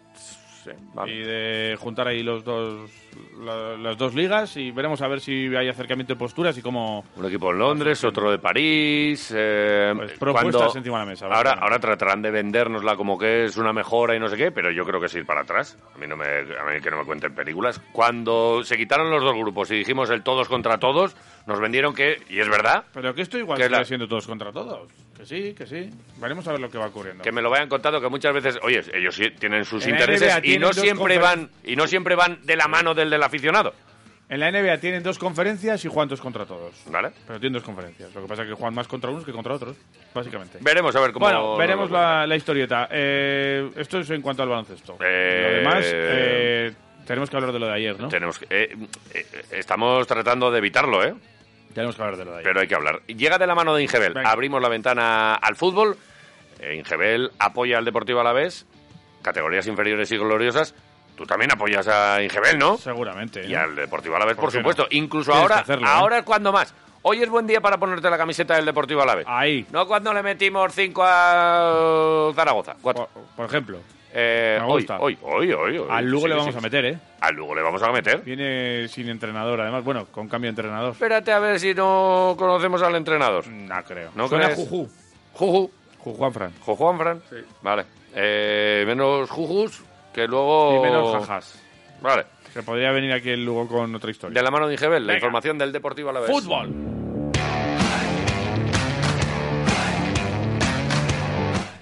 [SPEAKER 1] Y de juntar ahí los dos, la- las dos ligas y veremos a ver si hay acercamiento de posturas y cómo...
[SPEAKER 2] Un equipo en Londres, otro de París. eh,
[SPEAKER 1] Pues propuestas
[SPEAKER 2] cuando-
[SPEAKER 1] encima de la mesa,
[SPEAKER 2] Ahora,
[SPEAKER 1] básicamente.
[SPEAKER 2] ahora tratarán de vendérnosla como que es una mejora y no sé qué, pero yo creo que es ir para atrás. A mí, no me, a mí que no me cuenten películas. Cuando se quitaron los dos grupos y dijimos el todos contra todos, nos vendieron que, y es verdad,
[SPEAKER 1] Pero que esto igual
[SPEAKER 2] Que
[SPEAKER 1] sigue
[SPEAKER 2] la-
[SPEAKER 1] siendo todos contra todos. Que sí, que sí. Veremos a ver lo que va ocurriendo.
[SPEAKER 2] que me lo vayan contando que muchas veces oye ellos sí tienen sus
[SPEAKER 1] En la
[SPEAKER 2] intereses
[SPEAKER 1] NBA
[SPEAKER 2] y
[SPEAKER 1] tienen
[SPEAKER 2] no
[SPEAKER 1] dos
[SPEAKER 2] siempre van
[SPEAKER 1] conferencias.
[SPEAKER 2] y no siempre van de la mano del del aficionado
[SPEAKER 1] En la NBA tienen dos conferencias y juegan todos contra todos.
[SPEAKER 2] vale
[SPEAKER 1] Pero tienen dos conferencias. Lo que pasa es que juegan más contra unos que contra otros, básicamente.
[SPEAKER 2] veremos a ver cómo
[SPEAKER 1] bueno, veremos la, la historieta. Eh, esto es en cuanto al baloncesto.
[SPEAKER 2] Eh,
[SPEAKER 1] Lo demás, eh, tenemos que hablar de lo de ayer, ¿no?
[SPEAKER 2] tenemos que- eh, eh, estamos tratando de evitarlo eh
[SPEAKER 1] Tenemos que hablar de lo de ayer.
[SPEAKER 2] pero hay que hablar llega de la mano de Ingebel
[SPEAKER 1] Venga.
[SPEAKER 2] abrimos la ventana al fútbol Eh, Ingebel apoya al Deportivo Alavés categorías inferiores y gloriosas tú también apoyas a Ingebel no
[SPEAKER 1] Seguramente. ¿no?
[SPEAKER 2] Y al Deportivo Alavés, por,
[SPEAKER 1] ¿Por qué
[SPEAKER 2] supuesto.
[SPEAKER 1] no?
[SPEAKER 2] Incluso
[SPEAKER 1] Tienes
[SPEAKER 2] ahora,
[SPEAKER 1] que hacerlo, ¿eh?
[SPEAKER 2] ahora es cuando más. Hoy es buen día para ponerte la camiseta del Deportivo Alavés.
[SPEAKER 1] Ahí,
[SPEAKER 2] No cuando le metimos 5 a Zaragoza. Cuatro.
[SPEAKER 1] por, por ejemplo.
[SPEAKER 2] Eh,
[SPEAKER 1] me
[SPEAKER 2] hoy,
[SPEAKER 1] gusta.
[SPEAKER 2] hoy, hoy, hoy, hoy.
[SPEAKER 1] Al Lugo
[SPEAKER 2] Pues Sí,
[SPEAKER 1] le
[SPEAKER 2] sí,
[SPEAKER 1] vamos
[SPEAKER 2] sí.
[SPEAKER 1] a meter, ¿eh?
[SPEAKER 2] Al Lugo le vamos a meter.
[SPEAKER 1] Viene sin entrenador, además. Bueno, con cambio de entrenador.
[SPEAKER 2] Espérate a ver si no conocemos al entrenador.
[SPEAKER 1] No creo.
[SPEAKER 2] ¿No
[SPEAKER 1] Suena
[SPEAKER 2] crees?
[SPEAKER 1] Juju.
[SPEAKER 2] Juju.
[SPEAKER 1] Juju Juanfran.
[SPEAKER 2] Juju Juanfran. Vale. Eh, menos Jujus, que luego...
[SPEAKER 1] Y menos jajas.
[SPEAKER 2] Vale.
[SPEAKER 1] Que podría venir aquí el Lugo con otra historia.
[SPEAKER 2] De la mano de Ingebel, la
[SPEAKER 1] Venga.
[SPEAKER 2] información del Deportivo Alavés.
[SPEAKER 1] Fútbol.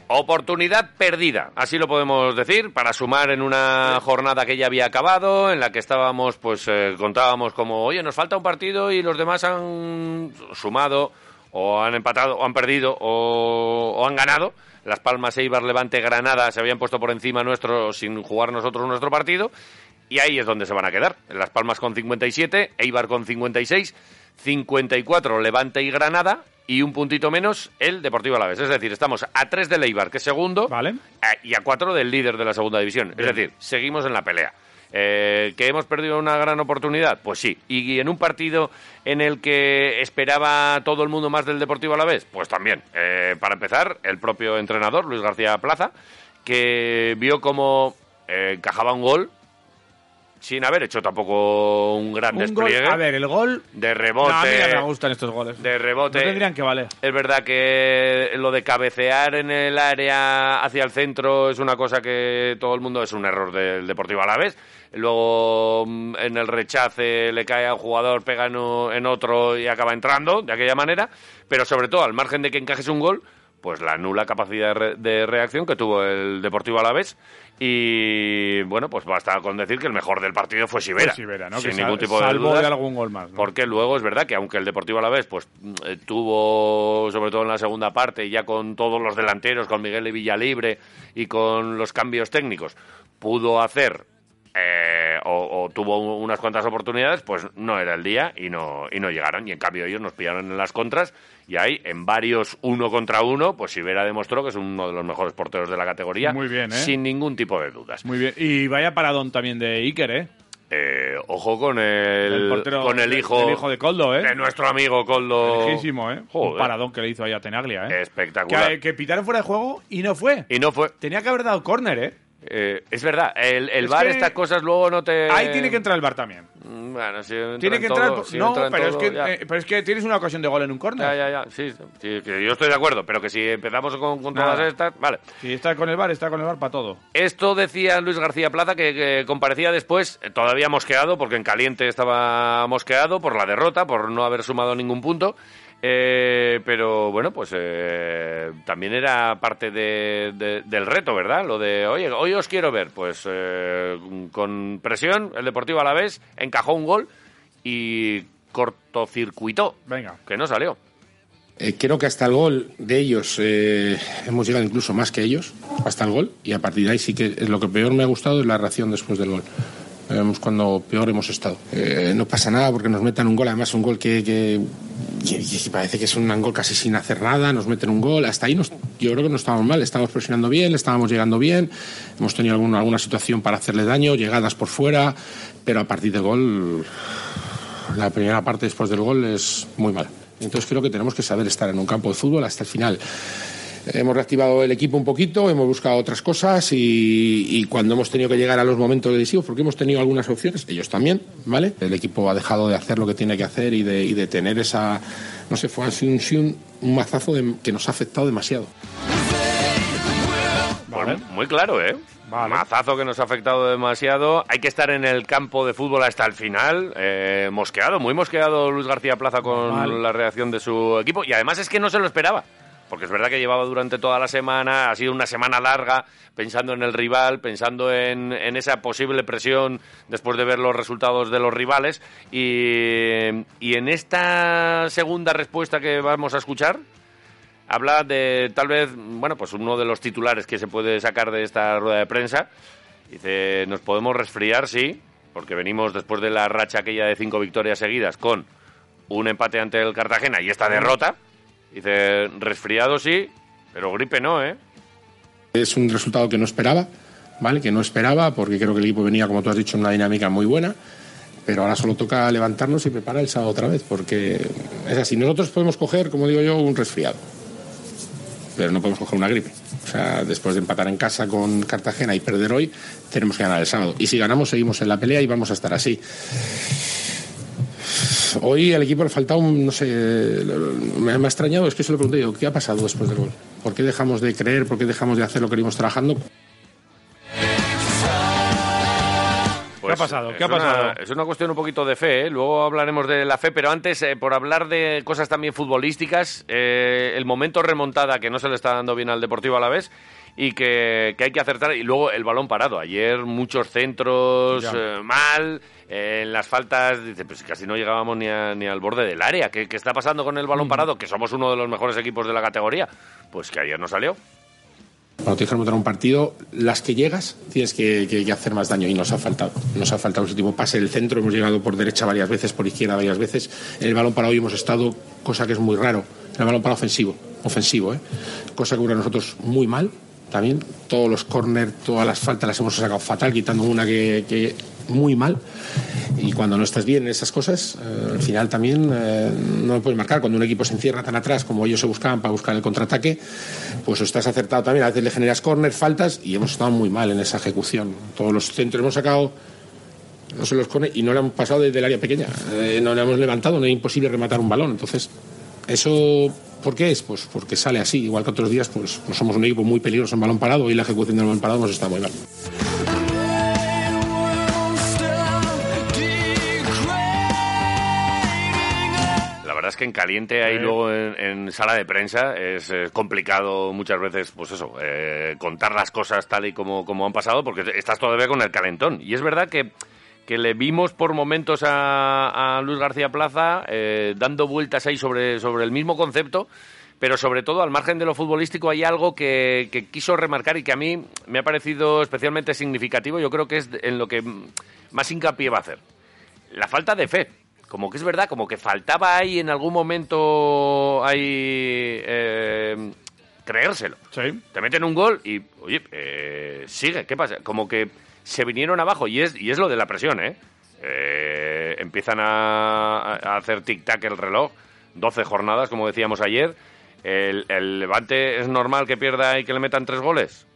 [SPEAKER 2] Oportunidad perdida, así lo podemos decir, para sumar en una jornada que ya había acabado, en la que estábamos, pues eh, contábamos como, oye, nos falta un partido y los demás han sumado, o han empatado, o han perdido, o, o han ganado. Las Palmas, Eibar, Levante, Granada se habían puesto por encima nuestro sin jugar nosotros nuestro partido, y ahí es donde se van a quedar. Las Palmas con 57, Eibar con 56, 54 Levante y Granada y un puntito menos el Deportivo Alavés. Es decir, estamos a 3 del Eibar, que es segundo,
[SPEAKER 1] Vale.
[SPEAKER 2] a- y a 4 del líder de la segunda división. Es decir, seguimos en la pelea. Eh, ¿Que hemos perdido una gran oportunidad? Pues sí. ¿Y en un partido en el que esperaba todo el mundo más del Deportivo Alavés? Pues también. Eh, para empezar, el propio entrenador, Luis García Plaza, que vio cómo eh, encajaba un gol sin haber hecho tampoco un gran
[SPEAKER 1] Un gol.
[SPEAKER 2] despliegue
[SPEAKER 1] A ver, el gol.
[SPEAKER 2] de
[SPEAKER 1] No,
[SPEAKER 2] rebote.
[SPEAKER 1] a mí no me gustan estos goles.
[SPEAKER 2] de rebote.
[SPEAKER 1] No tendrían que valer.
[SPEAKER 2] Es verdad que lo de cabecear en el área hacia el centro es una cosa que todo el mundo es un error del Deportivo Alavés. Luego mm, en el rechace le cae a un jugador, pega en u- en otro y acaba entrando de aquella manera. Pero sobre todo, al margen de que encajes un gol, pues la nula capacidad de, re- de reacción que tuvo el Deportivo Alavés. Y bueno, pues basta con decir que el mejor del partido fue Sivera.
[SPEAKER 1] Pues Sivera, ¿no?
[SPEAKER 2] Sin
[SPEAKER 1] Que
[SPEAKER 2] ningún
[SPEAKER 1] sal-
[SPEAKER 2] tipo de
[SPEAKER 1] salvo
[SPEAKER 2] dudas.
[SPEAKER 1] de algún gol más. ¿no?
[SPEAKER 2] Porque luego es verdad que aunque el Deportivo Alavés pues mm, eh, tuvo sobre todo en la segunda parte ya con todos los delanteros con Miguel y Villalibre y con los cambios técnicos pudo hacer eh, o, o tuvo u- unas cuantas oportunidades pues no era el día y no y no llegaron y en cambio ellos nos pillaron en las contras y ahí en varios uno contra uno pues Sivera demostró que es uno de los mejores porteros de la categoría
[SPEAKER 1] Muy bien, ¿eh?
[SPEAKER 2] sin ningún tipo de dudas
[SPEAKER 1] Muy bien. Y vaya paradón también de Iker, ¿eh?
[SPEAKER 2] Eh, ojo con el,
[SPEAKER 1] portero-
[SPEAKER 2] con el hijo
[SPEAKER 1] El hijo de Coldo, ¿eh?
[SPEAKER 2] de nuestro amigo Coldo.
[SPEAKER 1] Lejísimo, ¿eh? Un
[SPEAKER 2] Joder.
[SPEAKER 1] paradón que le hizo ahí a Tenaglia, ¿eh?
[SPEAKER 2] Espectacular.
[SPEAKER 1] Que, que pitaron fuera de juego y no fue.
[SPEAKER 2] Y no fue.
[SPEAKER 1] Tenía que haber dado córner, ¿eh?
[SPEAKER 2] Eh, es verdad, el, el
[SPEAKER 1] Es
[SPEAKER 2] bar,
[SPEAKER 1] que-
[SPEAKER 2] estas cosas luego no te.
[SPEAKER 1] Ahí tiene que entrar el bar también.
[SPEAKER 2] Mm, Bueno, si Eh, entra
[SPEAKER 1] Tiene
[SPEAKER 2] en
[SPEAKER 1] que entrar.
[SPEAKER 2] todo,
[SPEAKER 1] por-
[SPEAKER 2] si
[SPEAKER 1] no,
[SPEAKER 2] entra en
[SPEAKER 1] pero,
[SPEAKER 2] todo,
[SPEAKER 1] es que,
[SPEAKER 2] ya.
[SPEAKER 1] eh, pero es que tienes una ocasión de gol en un córner.
[SPEAKER 2] Ya, ya, ya. Sí, sí, que yo estoy de acuerdo, pero que si empezamos con, con todas
[SPEAKER 1] Nada.
[SPEAKER 2] estas. Vale.
[SPEAKER 1] Si está con el bar, está con el bar para todo.
[SPEAKER 2] Esto decía Luis García Plaza que, que comparecía después, eh, todavía mosqueado, porque en caliente estaba mosqueado por la derrota, por no haber sumado ningún punto. Eh, pero bueno, pues eh, también era parte de- de- del reto, ¿verdad? Lo de, oye, hoy os quiero ver. Pues eh, con presión, el Deportivo a la vez encajó un gol y cortocircuitó.
[SPEAKER 1] Venga.
[SPEAKER 2] Que no salió.
[SPEAKER 10] Eh, creo que hasta el gol de ellos eh, hemos llegado incluso más que ellos, hasta el gol, y a partir de ahí sí que es lo que peor me ha gustado es la reacción después del gol. Vemos cuando peor hemos estado. Eh, no pasa nada porque nos metan un gol, además un gol que, que- que- que parece que es un gol casi sin hacer nada, nos meten un gol, hasta ahí nos, yo creo que no estábamos mal, estábamos presionando bien, le estábamos llegando bien, hemos tenido alguna, alguna situación para hacerle daño, llegadas por fuera, pero a partir del gol la primera parte después del gol es muy mala. Entonces creo que tenemos que saber estar en un campo de fútbol hasta el final. Hemos reactivado el equipo un poquito, hemos buscado otras cosas y, y cuando hemos tenido que llegar a los momentos decisivos, porque hemos tenido algunas opciones, ellos también, ¿vale? El equipo ha dejado de hacer lo que tiene que hacer y de, y de tener esa, no sé, fue así un, sí un- un mazazo de- que nos ha afectado demasiado.
[SPEAKER 2] Pues muy claro, ¿eh? Mazazo que nos ha afectado demasiado. Hay que estar en el campo de fútbol hasta el final. Eh, mosqueado, muy mosqueado Luis García Plaza con
[SPEAKER 1] Normal.
[SPEAKER 2] la reacción de su equipo. Y además es que no se lo esperaba. Porque es verdad que llevaba durante toda la semana, ha sido una semana larga, pensando en el rival, pensando en, en esa posible presión después de ver los resultados de los rivales. Y, y en esta segunda respuesta que vamos a escuchar, habla de tal vez, bueno, pues uno de los titulares que se puede sacar de esta rueda de prensa. Dice, nos podemos resfriar, sí, porque venimos después de la racha aquella de cinco victorias seguidas con un empate ante el Cartagena y esta derrota. Dice, resfriado sí, pero gripe no, ¿eh?
[SPEAKER 10] Es un resultado que no esperaba, ¿vale? Que no esperaba porque creo que el equipo venía, como tú has dicho, en una dinámica muy buena. Pero ahora solo toca levantarnos y preparar el sábado otra vez, porque es así. Nosotros podemos coger, como digo yo, un resfriado, pero no podemos coger una gripe. O sea, después de empatar en casa con Cartagena y perder hoy, tenemos que ganar el sábado. Y si ganamos, seguimos en la pelea y vamos a estar así. Hoy al equipo le faltaba un, no sé, lo- lo- me me ha extrañado, es que se lo pregunté yo, ¿qué ha pasado después del gol? ¿Por qué dejamos de creer? ¿Por qué dejamos de hacer lo que venimos trabajando?
[SPEAKER 2] Pues,
[SPEAKER 1] ha pasado?
[SPEAKER 2] eh, es
[SPEAKER 1] ¿Qué ha
[SPEAKER 2] una-
[SPEAKER 1] pasado?
[SPEAKER 2] es una cuestión un poquito de fe, ¿eh? luego hablaremos de la fe, pero antes, eh, por hablar de cosas también futbolísticas, eh, el momento remontada que no se le está dando bien al Deportivo a la vez y que, que hay que acertar, y luego el balón parado. Ayer muchos centros
[SPEAKER 1] Ya.
[SPEAKER 2] eh, mal, eh, en las faltas, dice, pues casi no llegábamos ni, a- ni al borde del área. ¿Qué, qué está pasando con el
[SPEAKER 1] Mm.
[SPEAKER 2] balón parado? Que somos uno de los mejores equipos de la categoría. Pues que ayer no salió.
[SPEAKER 10] Cuando tienes que remontar un partido, las que llegas tienes que, que- que hacer más daño y nos ha faltado. Nos ha faltado ese tipo pase del centro, hemos llegado por derecha varias veces, por izquierda varias veces. En el balón para hoy hemos estado, cosa que es muy raro, en el balón para ofensivo, ofensivo, ¿eh? cosa que hubiera nosotros muy mal también. Todos los córner, todas las faltas las hemos sacado fatal, quitando una que- que muy mal y cuando no estás bien en esas cosas, eh, al final también eh, no lo puedes marcar. Cuando un equipo se encierra tan atrás como ellos se buscaban para buscar el contraataque, pues o estás acertado también. A veces le generas córner, faltas y hemos estado muy mal en esa ejecución. Todos los centros hemos sacado, no solo los córner, y no le hemos pasado desde el área pequeña. Eh, no le hemos levantado, no es imposible rematar un balón. Entonces, ¿eso por qué es? Pues porque sale así. Igual que otros días, pues, pues somos un equipo muy peligroso en balón parado y la ejecución del balón parado hemos estado muy mal.
[SPEAKER 2] La verdad es que en caliente ahí luego en, en sala de prensa es, eh, complicado muchas veces, pues eso, eh, contar las cosas tal y como, como han pasado, porque estás todavía con el calentón. Y es verdad que, que le vimos por momentos a, a Luis García Plaza eh, dando vueltas ahí sobre, sobre el mismo concepto, pero sobre todo al margen de lo futbolístico hay algo que, que quiso remarcar y que a mí me ha parecido especialmente significativo. Yo creo que es en lo que mm, más hincapié va a hacer la falta de fe. Como que es verdad, como que faltaba ahí en algún momento ahí eh, creérselo. Te meten un gol y, oye, eh, sigue, ¿qué pasa? Como que se vinieron abajo y es, y es lo de la presión, ¿eh? Eh, empiezan a, a hacer tic-tac el reloj, 12 jornadas, como decíamos ayer. El, el Levante es normal que pierda y que le metan tres goles.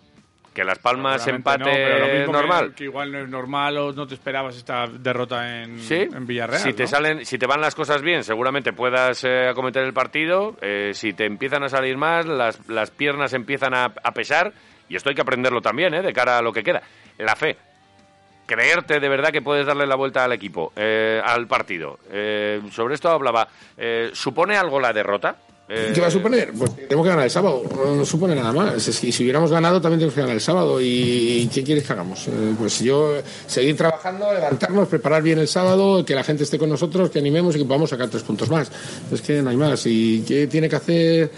[SPEAKER 2] Que Las Palmas
[SPEAKER 1] Seguramente
[SPEAKER 2] empate
[SPEAKER 1] no, pero lo mismo que-
[SPEAKER 2] normal.
[SPEAKER 1] Que, igual no es normal o no te esperabas esta derrota en,
[SPEAKER 2] Sí.
[SPEAKER 1] en Villarreal.
[SPEAKER 2] Si te
[SPEAKER 1] ¿no?
[SPEAKER 2] salen, si te van las cosas bien, seguramente puedas eh, acometer el partido. Eh, si te empiezan a salir más, las, las piernas empiezan a, a pesar. Y esto hay que aprenderlo también, ¿eh? de cara a lo que queda. La fe. Creerte de verdad que puedes darle la vuelta al equipo, eh, al partido. Eh, sobre esto hablaba. Eh, ¿Supone algo la derrota? Eh,
[SPEAKER 10] ¿Qué va a suponer? Pues tenemos que ganar el sábado. No, no supone nada más. Es que si hubiéramos ganado, también tenemos que ganar el sábado. ¿Y qué quieres que hagamos? Eh, pues yo, seguir trabajando, levantarnos, preparar bien el sábado, que la gente esté con nosotros, que animemos y que podamos sacar tres puntos más. Es que no hay más. ¿Y qué tiene que hacer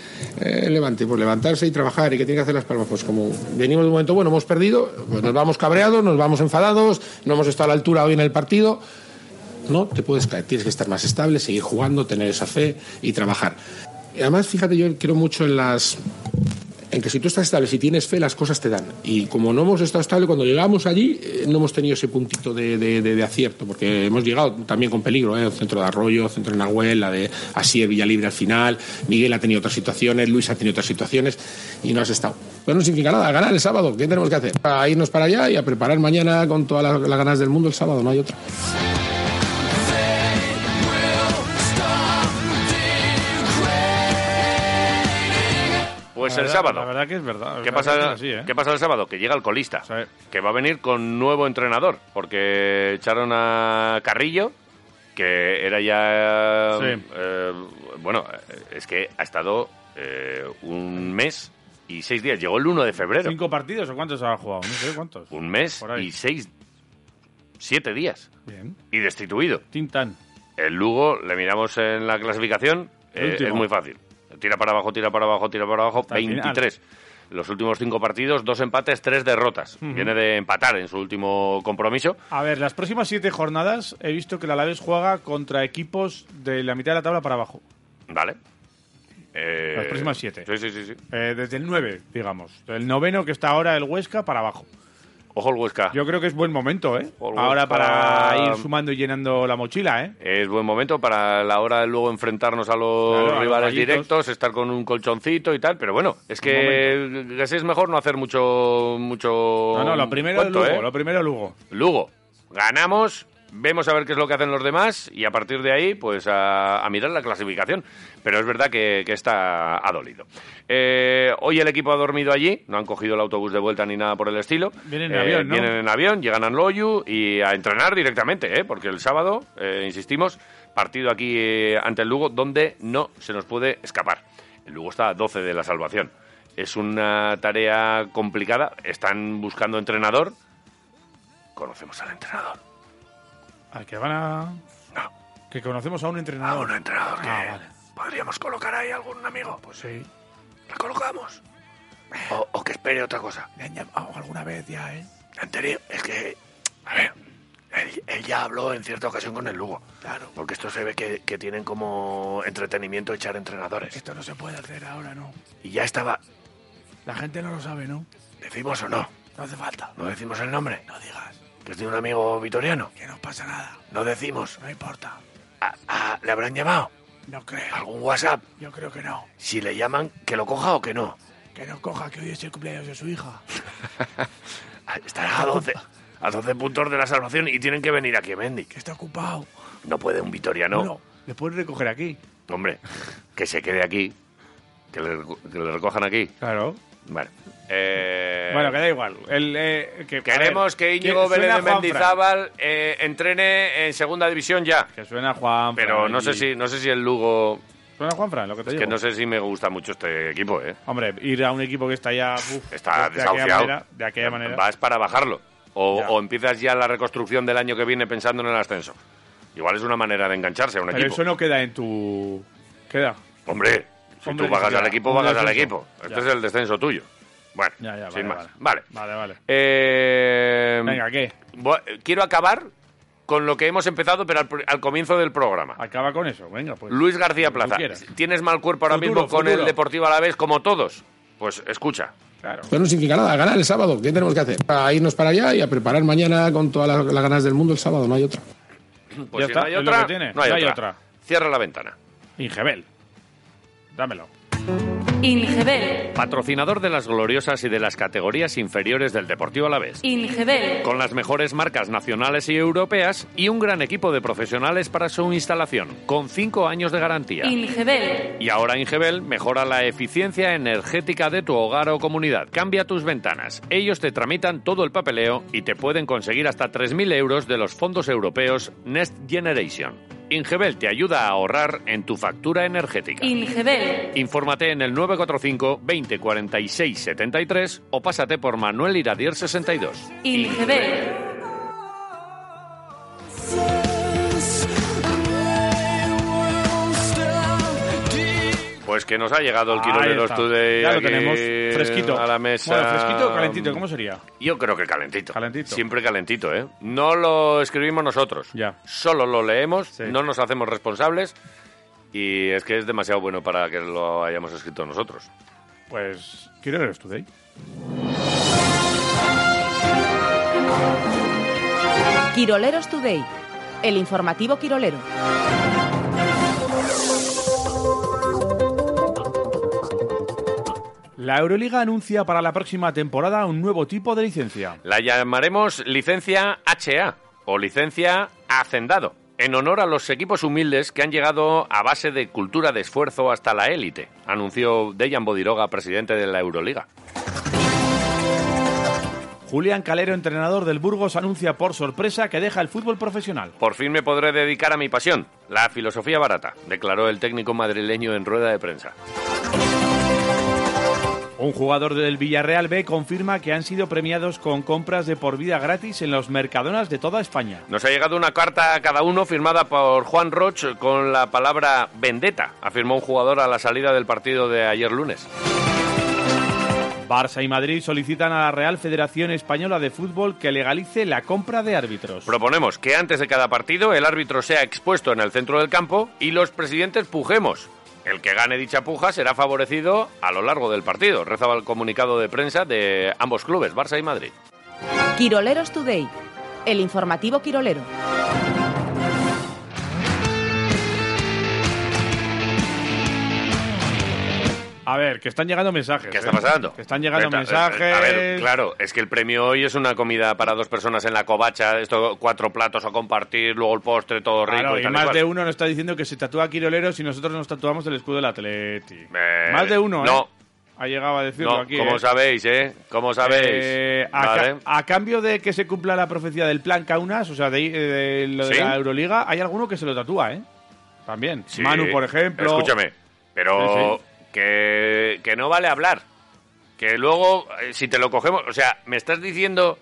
[SPEAKER 10] eh, Levante? Pues levantarse y trabajar. ¿Y qué tiene que hacer Las Palmas? Pues como venimos de un momento bueno, hemos perdido, pues nos vamos cabreados, nos vamos enfadados, no hemos estado a la altura hoy en el partido. No, te puedes caer. Tienes que estar más estable, seguir jugando, tener esa fe y trabajar. Y además, fíjate, yo creo mucho en las. En que si tú estás estable, si tienes fe, las cosas te dan. Y como no hemos estado estable, cuando llegamos allí, eh, no hemos tenido ese puntito de, de- de- de acierto, porque hemos llegado también con peligro, ¿eh? Centro de Arroyo, centro de Nahuel, la de Asier Villalibre al final, Miguel ha tenido otras situaciones, Luis ha tenido otras situaciones, y no has estado. Pero no significa nada, ganar el sábado, ¿qué tenemos que hacer? A irnos para allá y a preparar mañana con todas las, las ganas del mundo el sábado, no hay otra.
[SPEAKER 2] Pues
[SPEAKER 1] La
[SPEAKER 2] el
[SPEAKER 1] verdad-
[SPEAKER 2] sábado.
[SPEAKER 1] La verdad que es verdad. La
[SPEAKER 2] ¿Qué
[SPEAKER 1] verdad
[SPEAKER 2] pasa,
[SPEAKER 1] que es así, ¿eh?
[SPEAKER 2] qué pasa el sábado? Que llega el colista, que va a venir con nuevo entrenador, porque echaron a Carrillo, que era ya...
[SPEAKER 1] Sí.
[SPEAKER 2] eh, bueno, es que ha estado eh, un mes y seis días. Llegó el 1 de febrero.
[SPEAKER 1] ¿Cinco partidos o cuántos ha jugado? No sé cuántos.
[SPEAKER 2] Un mes
[SPEAKER 1] Por ahí.
[SPEAKER 2] y seis... Siete días.
[SPEAKER 1] Bien.
[SPEAKER 2] Y destituido.
[SPEAKER 1] Tintán.
[SPEAKER 2] El Lugo, le miramos en la clasificación,
[SPEAKER 1] El
[SPEAKER 2] eh, es
[SPEAKER 1] último.
[SPEAKER 2] muy fácil. Tira para abajo, tira para abajo, tira para abajo,
[SPEAKER 1] Hasta el final.
[SPEAKER 2] 23. Los últimos cinco partidos, dos empates, tres derrotas.
[SPEAKER 1] Ujú.
[SPEAKER 2] Viene de empatar en su último compromiso.
[SPEAKER 1] A ver, las próximas siete jornadas he visto que el Alavés juega contra equipos de la mitad de la tabla para abajo.
[SPEAKER 2] Vale. Eh,
[SPEAKER 1] Las próximas siete.
[SPEAKER 2] Sí, sí, sí, sí.
[SPEAKER 1] Eh, desde el 9, digamos. El noveno que está ahora el Huesca para abajo.
[SPEAKER 2] Ojo el Huesca.
[SPEAKER 1] Yo creo que es buen momento, ¿eh?
[SPEAKER 2] Ojo al
[SPEAKER 1] Ahora
[SPEAKER 2] Huesca.
[SPEAKER 1] para ir sumando y llenando la mochila, ¿eh?
[SPEAKER 2] Es buen momento para la hora de luego enfrentarnos a los
[SPEAKER 1] Claro, a los
[SPEAKER 2] rivales
[SPEAKER 1] gallitos.
[SPEAKER 2] directos, estar con un colchoncito y tal, pero bueno, es que así es mejor no hacer mucho mucho
[SPEAKER 1] No, no, lo primero
[SPEAKER 2] cuento,
[SPEAKER 1] Lugo,
[SPEAKER 2] ¿eh?
[SPEAKER 1] lo primero Lugo.
[SPEAKER 2] Lugo, ganamos, vemos a ver qué es lo que hacen los demás y a partir de ahí, pues a, a mirar la clasificación. Pero es verdad que, que está ha dolido. Eh, hoy el equipo ha dormido allí, no han cogido el autobús de vuelta ni nada por el estilo. Eh,
[SPEAKER 1] Vienen en avión, ¿no?
[SPEAKER 2] Vienen en avión, llegan a Loyu y a entrenar directamente, ¿eh? porque el sábado, eh, insistimos, partido aquí eh, ante el Lugo, donde no se nos puede escapar. El Lugo está a 12 de la salvación. Es una tarea complicada. Están buscando entrenador. Conocemos al entrenador.
[SPEAKER 1] Al que van a. Que conocemos a un entrenador. A un
[SPEAKER 2] entrenador
[SPEAKER 1] que
[SPEAKER 2] podríamos colocar ahí algún amigo.
[SPEAKER 1] Pues sí.
[SPEAKER 2] ¿La colocamos? Ah, O, o que espere otra cosa.
[SPEAKER 11] Le han llamado alguna vez ya, ¿eh?
[SPEAKER 2] Anterior, es que, a ver, él, él ya habló en cierta ocasión con el Lugo. Claro. Porque esto se ve que, que tienen como entretenimiento echar entrenadores.
[SPEAKER 11] Esto no se puede hacer ahora, ¿no?
[SPEAKER 2] Y ya estaba,
[SPEAKER 11] La gente no lo sabe, ¿no?
[SPEAKER 2] decimos o no,
[SPEAKER 11] No hace falta.
[SPEAKER 2] no decimos el nombre,
[SPEAKER 11] No digas.
[SPEAKER 2] que es de un amigo vitoriano.
[SPEAKER 11] Que no pasa nada.
[SPEAKER 2] No decimos.
[SPEAKER 11] No importa.
[SPEAKER 2] Ah, ah, ¿Le habrán llamado?
[SPEAKER 11] No creo.
[SPEAKER 2] ¿Algún WhatsApp?
[SPEAKER 11] Yo creo que no.
[SPEAKER 2] Si le llaman, que lo coja o que no.
[SPEAKER 11] Que no coja que hoy es el cumpleaños de su hija.
[SPEAKER 2] Ah, Estará a 12, a 12 puntos de la salvación y tienen que venir aquí a Mendy.
[SPEAKER 11] Que está ocupado.
[SPEAKER 2] No puede un vitoriano.
[SPEAKER 11] Bueno,
[SPEAKER 1] Le pueden recoger aquí.
[SPEAKER 2] Hombre, que se quede aquí. Que le, reco- que le recojan aquí.
[SPEAKER 1] Claro.
[SPEAKER 2] Vale. Eh,
[SPEAKER 1] Bueno, que da igual. El, eh, que, a ver,
[SPEAKER 2] Queremos que
[SPEAKER 1] suena
[SPEAKER 2] Íñigo Vélez de
[SPEAKER 1] Juanfran.
[SPEAKER 2] Mendizábal eh, entrene en segunda división ya.
[SPEAKER 1] Que suena Juan.
[SPEAKER 2] Pero no sé si no sé si el Lugo.
[SPEAKER 1] Suena Juan Fran, lo que te
[SPEAKER 2] Es
[SPEAKER 1] digo.
[SPEAKER 2] que no sé si me gusta mucho este equipo, ¿eh?
[SPEAKER 1] Hombre, ir a un equipo que está ya. uf,
[SPEAKER 2] Está
[SPEAKER 1] de aquella
[SPEAKER 2] desahuciado.
[SPEAKER 1] manera- de aquella manera.
[SPEAKER 2] Vas para bajarlo. O,
[SPEAKER 1] Ya.
[SPEAKER 2] o empiezas ya la reconstrucción del año que viene pensando en el ascenso. Igual es una manera de engancharse a un
[SPEAKER 1] Pero
[SPEAKER 2] equipo.
[SPEAKER 1] eso no queda en tu. Queda.
[SPEAKER 2] Hombre, si
[SPEAKER 1] Hombre,
[SPEAKER 2] tú bajas
[SPEAKER 1] ya,
[SPEAKER 2] al equipo,
[SPEAKER 1] un
[SPEAKER 2] bajas al
[SPEAKER 1] descenso.
[SPEAKER 2] equipo. Este
[SPEAKER 1] Ya.
[SPEAKER 2] es el descenso tuyo. Bueno,
[SPEAKER 1] Ya, ya,
[SPEAKER 2] sin
[SPEAKER 1] vale,
[SPEAKER 2] más.
[SPEAKER 1] vale. Vale,
[SPEAKER 2] Vale.
[SPEAKER 1] vale.
[SPEAKER 2] Eh,
[SPEAKER 1] Venga, ¿qué?
[SPEAKER 2] bu- eh, Quiero acabar con lo que hemos empezado, pero al, pr- al comienzo del programa.
[SPEAKER 1] Acaba con eso. Venga, pues.
[SPEAKER 2] Luis García
[SPEAKER 1] Lo que
[SPEAKER 2] Plaza,
[SPEAKER 1] quieras.
[SPEAKER 2] tienes mal cuerpo ahora
[SPEAKER 1] Futuro,
[SPEAKER 2] mismo con
[SPEAKER 1] futuro.
[SPEAKER 2] el Deportivo a la vez, como todos. Pues escucha.
[SPEAKER 1] Claro.
[SPEAKER 10] Pero no significa nada, ganar el sábado, ¿qué tenemos que hacer? A irnos para allá y a preparar mañana con todas las, las ganas del mundo el sábado, no hay otra.
[SPEAKER 1] Ya
[SPEAKER 2] Pues si
[SPEAKER 1] está,
[SPEAKER 2] no hay
[SPEAKER 1] es lo
[SPEAKER 2] otra,
[SPEAKER 1] que tiene.
[SPEAKER 2] no hay
[SPEAKER 1] No hay
[SPEAKER 2] otra.
[SPEAKER 1] otra.
[SPEAKER 2] Cierra la ventana.
[SPEAKER 1] Ingebel. Dámelo.
[SPEAKER 12] Ingebel,
[SPEAKER 2] Patrocinador de las gloriosas y de las categorías inferiores del Deportivo Alavés.
[SPEAKER 12] Ingebel,
[SPEAKER 2] Con las mejores marcas nacionales y europeas y un gran equipo de profesionales para su instalación, con 5 años de garantía.
[SPEAKER 12] Ingebel,
[SPEAKER 2] Y ahora Ingebel mejora la eficiencia energética de tu hogar o comunidad. Cambia tus ventanas. Ellos te tramitan todo el papeleo y te pueden conseguir hasta 3.000 euros de los fondos europeos Next Generation. Ingebel te ayuda a ahorrar en tu factura energética.
[SPEAKER 12] Ingebel,
[SPEAKER 2] Infórmate en el 945 20 46 73 o pásate por Manuel Iradier 62.
[SPEAKER 12] Ingebel.
[SPEAKER 2] Pues que nos ha llegado el kilo
[SPEAKER 1] Ahí
[SPEAKER 2] de los
[SPEAKER 1] está.
[SPEAKER 2] Today
[SPEAKER 1] Ya lo
[SPEAKER 2] aquí
[SPEAKER 1] tenemos. Fresquito.
[SPEAKER 2] A la mesa.
[SPEAKER 1] Bueno, fresquito o calentito, ¿cómo sería?
[SPEAKER 2] Yo creo que calentito. Siempre calentito, ¿eh? No lo escribimos nosotros. Ya. Solo lo leemos, no nos hacemos responsables y es que es demasiado bueno para que lo hayamos escrito nosotros.
[SPEAKER 1] Pues quiero ver esto de ahí.
[SPEAKER 4] Quiroleros Today, el informativo quirolero.
[SPEAKER 1] La Euroliga anuncia para la próxima temporada un nuevo tipo de licencia.
[SPEAKER 2] La llamaremos licencia HA o licencia Hacendado, en honor a los equipos humildes que han llegado a base de cultura de esfuerzo hasta la élite, anunció Dejan Bodiroga, presidente de la Euroliga.
[SPEAKER 1] Julián Calero, entrenador del Burgos, anuncia por sorpresa que deja el fútbol profesional.
[SPEAKER 2] Por fin me podré dedicar a mi pasión, la filosofía barata, declaró el técnico madrileño en rueda de prensa.
[SPEAKER 1] Un jugador del Villarreal B confirma que han sido premiados con compras de por vida gratis en los mercadonas de toda España.
[SPEAKER 2] Nos ha llegado una carta a cada uno firmada por Juan Roch con la palabra vendetta, afirmó un jugador a la salida del partido de ayer lunes.
[SPEAKER 1] Barça y Madrid solicitan a la Real Federación Española de Fútbol que legalice la compra de árbitros.
[SPEAKER 2] Proponemos que antes de cada partido el árbitro sea expuesto en el centro del campo y los presidentes pujemos. El que gane dicha puja será favorecido a lo largo del partido, rezaba el comunicado de prensa de ambos clubes, Barça y Madrid.
[SPEAKER 4] Quiroleros Today, el informativo quirolero.
[SPEAKER 1] A ver, que están llegando mensajes.
[SPEAKER 2] ¿Qué está
[SPEAKER 1] eh.
[SPEAKER 2] pasando?
[SPEAKER 1] Que están llegando
[SPEAKER 2] Está-
[SPEAKER 1] mensajes.
[SPEAKER 2] A ver, claro, es que el premio hoy es una comida para dos personas en la covacha, esto cuatro platos a compartir, luego el postre, todo rico.
[SPEAKER 1] Claro,
[SPEAKER 2] y
[SPEAKER 1] y
[SPEAKER 2] tal y
[SPEAKER 1] más
[SPEAKER 2] cual.
[SPEAKER 1] de uno nos está diciendo que se tatúa Quiroleros y nosotros nos tatuamos el escudo del Atleti.
[SPEAKER 2] Eh,
[SPEAKER 1] más de uno, ¿eh?
[SPEAKER 2] No,
[SPEAKER 1] Ha llegado a decirlo
[SPEAKER 2] no,
[SPEAKER 1] aquí.
[SPEAKER 2] como
[SPEAKER 1] ¿eh?
[SPEAKER 2] sabéis, ¿eh? Como sabéis.
[SPEAKER 1] Eh, a, ca-
[SPEAKER 2] Vale.
[SPEAKER 1] a cambio de que se cumpla la profecía del plan Kaunas, o sea, de, eh, de lo de
[SPEAKER 2] ¿Sí?
[SPEAKER 1] la Euroliga, hay alguno que se lo tatúa, ¿eh? También.
[SPEAKER 2] Sí.
[SPEAKER 1] Manu, por ejemplo.
[SPEAKER 2] Escúchame, pero
[SPEAKER 1] Sí,
[SPEAKER 2] Que, que no vale hablar. Que luego, eh, si te lo cogemos, o sea, ¿me estás diciendo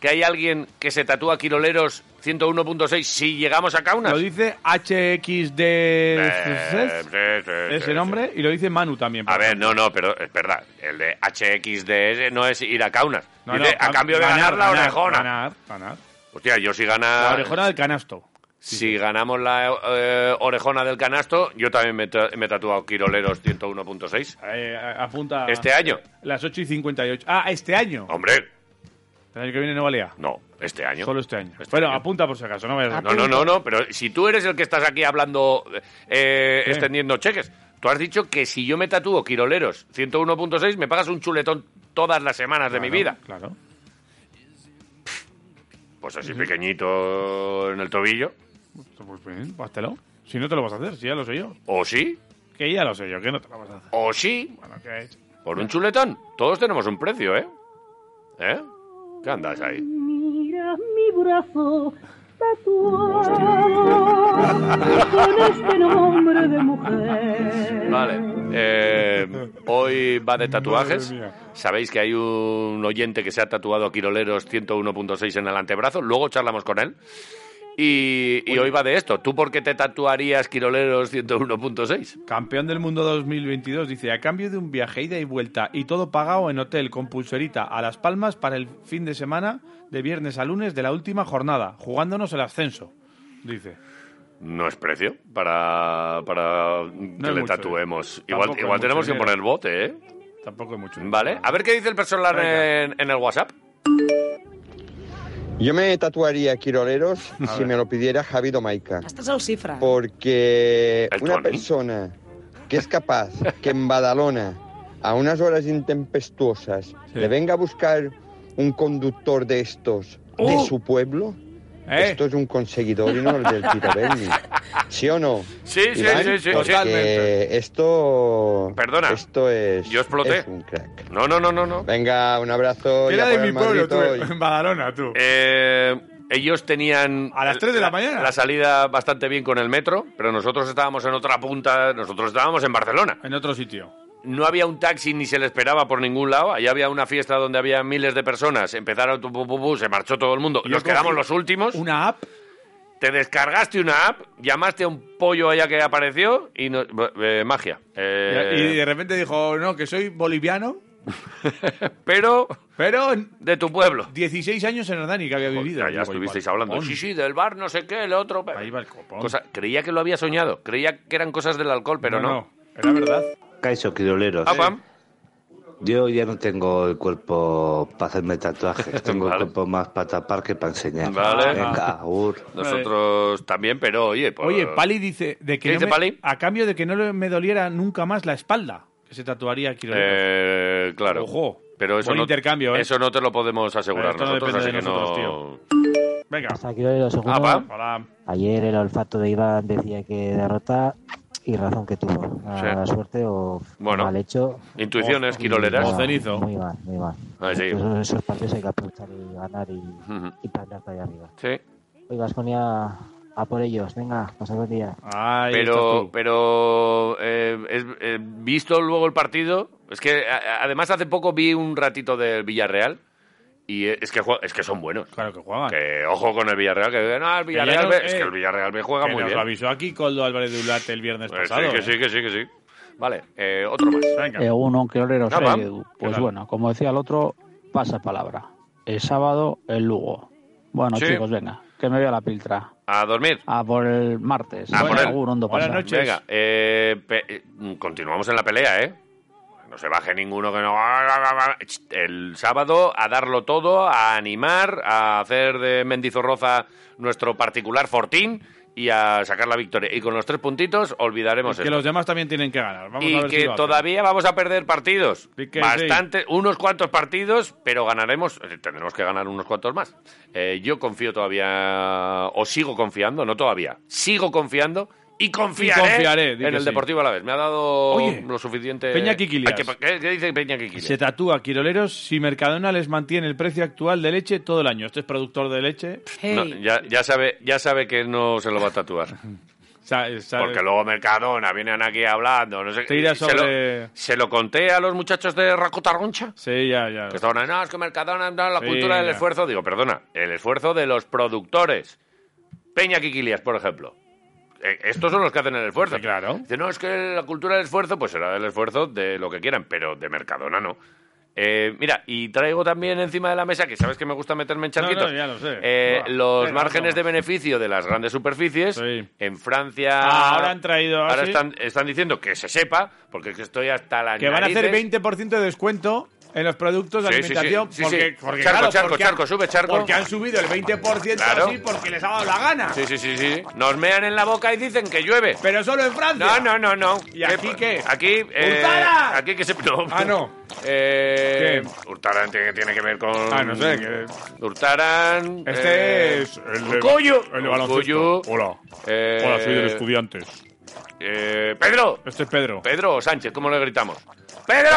[SPEAKER 2] que hay alguien que se tatúa Quiroleros 101.6 si llegamos a Kaunas? Eh,
[SPEAKER 1] Lo dice HXD. ese nombre, y lo dice Manu también. por
[SPEAKER 2] A ver, no, no, pero es verdad. El de HXDS no es ir a Kaunas.
[SPEAKER 1] No,
[SPEAKER 2] Dice,
[SPEAKER 1] no,
[SPEAKER 2] a cambio de
[SPEAKER 1] ganar,
[SPEAKER 2] ganar, la
[SPEAKER 1] ganar,
[SPEAKER 2] orejona.
[SPEAKER 1] ganar, ganar.
[SPEAKER 2] Hostia, yo si gana.
[SPEAKER 1] La orejona del canasto.
[SPEAKER 2] Si ganamos la eh, orejona del canasto, yo también me, ta- me he tatuado Quiroleros 101.6.
[SPEAKER 1] Eh, a- apunta.
[SPEAKER 2] Este año.
[SPEAKER 1] Las 8 y 58. Ah, este año.
[SPEAKER 2] Hombre.
[SPEAKER 1] El año que viene no valía.
[SPEAKER 2] No, este año.
[SPEAKER 1] Solo este año. bueno, apunta por si acaso. No, vayas a-
[SPEAKER 2] No, no, no, no, pero si tú eres el que estás aquí hablando, eh,
[SPEAKER 1] ¿Qué?
[SPEAKER 2] extendiendo cheques, tú has dicho que si yo me tatúo Quiroleros 101.6, me pagas un chuletón todas las semanas de mi vida.
[SPEAKER 1] Claro.
[SPEAKER 2] Pues así pequeñito en el tobillo.
[SPEAKER 1] Pues bien, háztelo. Si no te lo vas a hacer, si ya lo sé yo.
[SPEAKER 2] ¿O sí?
[SPEAKER 1] Que ya lo sé yo, que no te lo vas a hacer.
[SPEAKER 2] ¿O sí?
[SPEAKER 1] Bueno, que
[SPEAKER 2] Por un chuletón. Todos tenemos un precio, ¿eh? ¿Eh? ¿Qué andas ahí?
[SPEAKER 13] Mira mi brazo tatuado con este nombre de mujer.
[SPEAKER 2] Vale. eh, hoy va de tatuajes. Sabéis que hay un oyente que se ha tatuado a Quiroleros 101.6 en el antebrazo. Luego charlamos con él. Y, y hoy va de esto. ¿Tú por qué te tatuarías Quiroleros 101.6?
[SPEAKER 1] Campeón del Mundo 2022 dice, a cambio de un viaje ida y vuelta y todo pagado en hotel con pulserita a Las Palmas para el fin de semana de viernes a lunes de la última jornada, jugándonos el ascenso. Dice.
[SPEAKER 2] No es precio para, para que
[SPEAKER 1] es mucho,
[SPEAKER 2] le
[SPEAKER 1] eh.
[SPEAKER 2] tatuemos.
[SPEAKER 1] Tampoco
[SPEAKER 2] Igual,
[SPEAKER 1] es
[SPEAKER 2] igual
[SPEAKER 1] mucho
[SPEAKER 2] tenemos que
[SPEAKER 1] dinero.
[SPEAKER 2] poner bote, ¿eh?
[SPEAKER 1] Tampoco es mucho.
[SPEAKER 2] Vale. A ver qué dice el personal
[SPEAKER 1] Venga.
[SPEAKER 2] en, en el WhatsApp.
[SPEAKER 14] Yo me tatuaría Quiroleros
[SPEAKER 2] A
[SPEAKER 14] si
[SPEAKER 2] ver.
[SPEAKER 14] me lo pidiera Javi Domaica.
[SPEAKER 4] Estás al cifra.
[SPEAKER 14] Porque
[SPEAKER 2] El
[SPEAKER 14] una
[SPEAKER 2] Tony.
[SPEAKER 14] persona que es capaz que en Badalona a unas horas intempestuosas le venga a buscar un conductor de estos de
[SPEAKER 1] ¡Oh!
[SPEAKER 14] su pueblo,
[SPEAKER 1] ¿Eh?
[SPEAKER 14] esto es un conseguidor y no el del Tiraberni. ¿Sí o no?
[SPEAKER 2] Sí, sí,
[SPEAKER 14] Iván?
[SPEAKER 2] sí, sí,
[SPEAKER 14] Porque
[SPEAKER 2] totalmente.
[SPEAKER 14] Esto.
[SPEAKER 2] Perdona.
[SPEAKER 14] Esto es.
[SPEAKER 2] Yo exploté.
[SPEAKER 14] es un crack.
[SPEAKER 2] No, no, no, no, no.
[SPEAKER 14] Venga, un abrazo. y
[SPEAKER 2] Era
[SPEAKER 14] pues, a
[SPEAKER 2] de
[SPEAKER 14] por
[SPEAKER 2] mi
[SPEAKER 14] el
[SPEAKER 2] pueblo,
[SPEAKER 14] Madrid
[SPEAKER 2] tú,
[SPEAKER 14] hoy.
[SPEAKER 1] eh. En Badalona, tú.
[SPEAKER 2] Eh, ellos tenían... A las
[SPEAKER 1] 3 de la mañana.
[SPEAKER 2] La salida bastante bien con el metro, pero nosotros estábamos en otra punta, nosotros estábamos en Barcelona.
[SPEAKER 1] En otro sitio.
[SPEAKER 2] No había un taxi ni se le esperaba por ningún lado. Allá había una fiesta donde había miles de personas. Empezaron, tu, pu, pu, pu, se marchó todo el mundo.
[SPEAKER 1] Yo
[SPEAKER 2] Nos quedamos
[SPEAKER 1] cogí
[SPEAKER 2] los últimos.
[SPEAKER 1] Una app.
[SPEAKER 2] Te descargaste una app, llamaste a un pollo allá que apareció y no- eh, magia. Eh,
[SPEAKER 1] Y de repente dijo, no, que soy boliviano.
[SPEAKER 2] pero...
[SPEAKER 1] Pero...
[SPEAKER 2] De tu pueblo.
[SPEAKER 1] 16 años en Hernani que había vivido.
[SPEAKER 2] ya estuvisteis hablando. Sí, sí, del bar, no sé qué, el otro. Ahí
[SPEAKER 1] va el copón.
[SPEAKER 2] cosa- creía que lo había soñado. Creía que eran cosas del alcohol, pero no.
[SPEAKER 1] Era verdad.
[SPEAKER 15] Caiso, quiroleros.
[SPEAKER 2] Ah, pam.
[SPEAKER 15] Yo ya no tengo el cuerpo para hacerme tatuajes. Tengo el cuerpo más para tapar que para enseñar.
[SPEAKER 2] Vale. Ah.
[SPEAKER 15] Venga, ur.
[SPEAKER 2] Nosotros también, pero oye... por-
[SPEAKER 1] Eh. Oye, Pali dice, de que
[SPEAKER 2] ¿Qué
[SPEAKER 1] no
[SPEAKER 2] dice
[SPEAKER 1] me-
[SPEAKER 2] Pali?
[SPEAKER 1] a cambio de que no le- me doliera nunca más la espalda, que se tatuaría aquí.
[SPEAKER 2] Eh, claro.
[SPEAKER 1] Ojo.
[SPEAKER 2] Pero eso
[SPEAKER 1] Buen
[SPEAKER 2] no,
[SPEAKER 1] intercambio, ¿eh?
[SPEAKER 2] eso no te lo podemos asegurar
[SPEAKER 1] Esto no
[SPEAKER 2] nosotros,
[SPEAKER 1] depende
[SPEAKER 2] así
[SPEAKER 1] de
[SPEAKER 2] que no...
[SPEAKER 1] nosotros, Venga.
[SPEAKER 16] Hasta aquí lo de los segundos.
[SPEAKER 2] Ah, va.
[SPEAKER 16] Ayer el olfato de Iván decía que derrota y razón que tuvo.
[SPEAKER 2] Sí.
[SPEAKER 16] A la suerte o
[SPEAKER 2] Bueno.
[SPEAKER 16] mal hecho.
[SPEAKER 2] Intuiciones,
[SPEAKER 16] o-
[SPEAKER 2] quiroleras.
[SPEAKER 16] muy mal, Muy mal, muy mal.
[SPEAKER 2] Ah, sí.
[SPEAKER 16] Esos, esos partidos hay que aprovechar y ganar y, y plantarte ahí arriba.
[SPEAKER 2] Sí.
[SPEAKER 16] Hoy Vasconia a por ellos. Venga, pasad buen día.
[SPEAKER 2] pero pero eh, es- eh, visto luego el partido, es que a- a- además hace poco vi un ratito del Villarreal y eh, es que jue- es que son buenos.
[SPEAKER 1] Claro que juegan.
[SPEAKER 2] Que ojo con el Villarreal, que no, el
[SPEAKER 1] Ah. ya
[SPEAKER 2] Villarreal
[SPEAKER 1] no-
[SPEAKER 2] me- es
[SPEAKER 1] eh,
[SPEAKER 2] que el Villarreal me juega
[SPEAKER 1] que
[SPEAKER 2] muy
[SPEAKER 1] nos
[SPEAKER 2] bien.
[SPEAKER 1] lo avisó aquí Coldo Álvarez de Ulate el viernes
[SPEAKER 2] Eh, sí,
[SPEAKER 1] pasado.
[SPEAKER 2] que sí, que sí, que sí. Vale, eh, otro más.
[SPEAKER 17] Eh, uno, que olero,
[SPEAKER 2] Ah,
[SPEAKER 17] soy
[SPEAKER 2] va.
[SPEAKER 17] Edu.
[SPEAKER 2] ¿Qué
[SPEAKER 17] Pues
[SPEAKER 2] tal?
[SPEAKER 17] bueno, como decía el otro, pasa palabra. El sábado, el Lugo. Bueno,
[SPEAKER 2] Sí.
[SPEAKER 17] chicos, venga, que me voy a la piltra.
[SPEAKER 2] A dormir.
[SPEAKER 17] A por el martes.
[SPEAKER 2] A por él.
[SPEAKER 17] Agur, ondo pasa.
[SPEAKER 2] Venga, eh, pe- eh, continuamos en la pelea, ¿eh? No se baje ninguno que no... El sábado a darlo todo, a animar, a hacer de Mendizorroza nuestro particular fortín y a sacar la victoria. Y con los tres puntitos olvidaremos
[SPEAKER 1] Que
[SPEAKER 2] esto.
[SPEAKER 1] los demás también tienen que ganar. Vamos
[SPEAKER 2] y
[SPEAKER 1] a ver
[SPEAKER 2] que
[SPEAKER 1] si lo hacen.
[SPEAKER 2] todavía vamos a perder partidos.
[SPEAKER 1] que
[SPEAKER 2] Bastante, unos cuantos partidos, pero ganaremos. eh, Tendremos que ganar unos cuantos más. Eh, yo confío todavía, o sigo confiando, no todavía, sigo confiando y confiaré,
[SPEAKER 1] confiaré, di
[SPEAKER 2] en
[SPEAKER 1] que
[SPEAKER 2] el
[SPEAKER 1] sí.
[SPEAKER 2] Deportivo a la vez. Me ha dado
[SPEAKER 1] Oye,
[SPEAKER 2] lo suficiente.
[SPEAKER 1] Peña Quiquilias.
[SPEAKER 2] Ay, ¿qué- ¿Qué, qué dice Peña Quiquilias?
[SPEAKER 1] Se tatúa Quiroleros si Mercadona les mantiene el precio actual de leche todo el año. Este es productor de leche.
[SPEAKER 2] No, ya, ya sabe, ya sabe que no se lo va a tatuar. Porque luego Mercadona vienen aquí hablando, no sé qué.
[SPEAKER 1] Te irá
[SPEAKER 2] Y se lo-
[SPEAKER 1] sobre-
[SPEAKER 2] Se lo conté a los muchachos de Racota Roncha.
[SPEAKER 1] Sí, ya, ya.
[SPEAKER 2] Que estaban ahí, no, es que Mercadona, no, la
[SPEAKER 1] Sí,
[SPEAKER 2] cultura del
[SPEAKER 1] ya.
[SPEAKER 2] esfuerzo. Digo, perdona, el esfuerzo de los productores. Peña Quiquilias, por ejemplo. Eh, Estos son los que hacen el esfuerzo. claro. Dice, no, es que la cultura del esfuerzo, pues será del esfuerzo de lo que quieran, pero de Mercadona no. Eh, mira, y traigo también encima de la mesa, que sabes que me gusta meterme en charquitos,
[SPEAKER 1] no, ya lo sé.
[SPEAKER 2] eh,
[SPEAKER 1] Buah.
[SPEAKER 2] los
[SPEAKER 1] Venga,
[SPEAKER 2] márgenes de beneficio de las grandes superficies en Francia.
[SPEAKER 1] Ah, ahora han traído, ah,
[SPEAKER 2] ahora
[SPEAKER 1] sí.
[SPEAKER 2] están, están diciendo que se sepa, porque es que estoy hasta la
[SPEAKER 1] Que van a hacer 20% de descuento en los productos de
[SPEAKER 2] Sí, sí, sí.
[SPEAKER 1] alimentación.
[SPEAKER 2] Sí, sí.
[SPEAKER 1] porque, porque,
[SPEAKER 2] Charco,
[SPEAKER 1] claro,
[SPEAKER 2] charco,
[SPEAKER 1] porque
[SPEAKER 2] charco,
[SPEAKER 1] han-
[SPEAKER 2] sube, charco.
[SPEAKER 1] Porque han subido el 20%
[SPEAKER 2] Claro.
[SPEAKER 1] así porque les ha dado la gana.
[SPEAKER 2] Sí, sí, sí, sí. Nos mean en la boca y dicen que llueve.
[SPEAKER 1] Pero solo en Francia.
[SPEAKER 2] No, no, no, no.
[SPEAKER 1] ¿Y aquí qué?
[SPEAKER 2] Aquí. eh,
[SPEAKER 1] ¡Hurtala!
[SPEAKER 2] aquí que se. No.
[SPEAKER 1] Ah, no.
[SPEAKER 2] Eh, Hurtarán tiene, tiene que ver con.
[SPEAKER 1] Ah, no sé, que-
[SPEAKER 2] Hurtarán.
[SPEAKER 1] Este
[SPEAKER 2] eh,
[SPEAKER 1] es el de-
[SPEAKER 2] Urcollo.
[SPEAKER 1] el de baloncesto.
[SPEAKER 2] Urcollo.
[SPEAKER 1] Hola.
[SPEAKER 2] Eh,
[SPEAKER 1] Hola, soy del Estudiantes.
[SPEAKER 2] eh, Pedro.
[SPEAKER 1] Este es Pedro.
[SPEAKER 2] Pedro o Sánchez, ¿cómo le gritamos? ¡Pedro!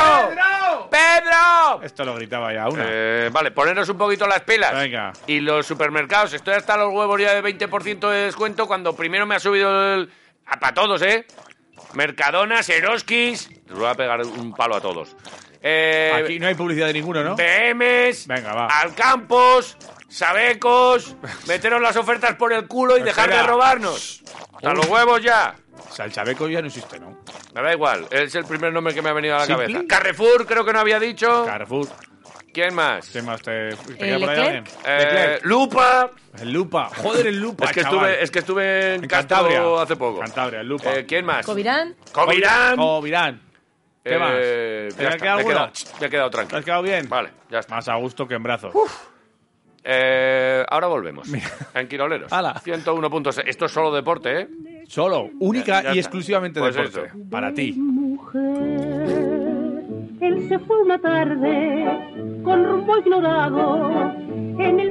[SPEAKER 2] ¡Pedro!
[SPEAKER 1] Esto lo gritaba ya una.
[SPEAKER 2] Eh, vale, poneros un poquito las pilas.
[SPEAKER 1] Venga.
[SPEAKER 2] Y los supermercados, estoy hasta los huevos ya de 20% de descuento cuando primero me ha subido el... Para todos, ¿eh? Mercadona, Seroskis... Les voy a pegar un palo a todos. Eh,
[SPEAKER 1] Aquí no hay publicidad de ninguno, ¿no?
[SPEAKER 2] BMs, Alcampos, Sabecos... meteros las ofertas por el culo y dejar de
[SPEAKER 1] Espera.
[SPEAKER 2] robarnos. Hasta
[SPEAKER 1] Uy.
[SPEAKER 2] los huevos ya.
[SPEAKER 1] Salchabeco ya no existe, ¿no?
[SPEAKER 2] Me da igual, es el primer nombre que me ha venido a la
[SPEAKER 1] ¿Simpli?
[SPEAKER 2] cabeza. Carrefour, creo que no había dicho.
[SPEAKER 1] Carrefour.
[SPEAKER 2] ¿Quién más?
[SPEAKER 1] ¿Quién más te, te
[SPEAKER 2] Eh,
[SPEAKER 1] queda por ahí
[SPEAKER 2] Leclerc.
[SPEAKER 1] alguien?
[SPEAKER 2] Eh,
[SPEAKER 1] Leclerc.
[SPEAKER 2] Lupa.
[SPEAKER 1] El Lupa. Joder, el Lupa.
[SPEAKER 2] Es que
[SPEAKER 1] chaval.
[SPEAKER 2] estuve, es que estuve en,
[SPEAKER 1] En
[SPEAKER 2] Cantabria
[SPEAKER 1] Cantabria.
[SPEAKER 2] hace poco.
[SPEAKER 1] Cantabria, Lupa. Oh,
[SPEAKER 2] Eh, ¿Quién más?
[SPEAKER 3] ¿Covirán?
[SPEAKER 2] Covirán.
[SPEAKER 1] Covirán. ¿Qué
[SPEAKER 2] Eh,
[SPEAKER 1] más?
[SPEAKER 2] ya
[SPEAKER 1] ¿Te ha
[SPEAKER 2] está,
[SPEAKER 1] quedado
[SPEAKER 2] me he quedado-
[SPEAKER 1] alguna?
[SPEAKER 2] me he quedado tranquilo.
[SPEAKER 1] ¿Te has quedado bien?
[SPEAKER 2] Vale, ya está.
[SPEAKER 1] Más a gusto que en brazos.
[SPEAKER 2] Eh, ahora volvemos. En Quiroleros.
[SPEAKER 1] Ala.
[SPEAKER 2] 101 puntos. Esto es solo deporte, ¿eh?
[SPEAKER 1] Solo, única
[SPEAKER 2] Ya- ya
[SPEAKER 1] y
[SPEAKER 2] está.
[SPEAKER 1] exclusivamente
[SPEAKER 2] Pues
[SPEAKER 1] deporte.
[SPEAKER 2] eso.
[SPEAKER 1] Para ti.
[SPEAKER 13] mujer
[SPEAKER 3] Él se fue una tarde con rumbo ignorado en el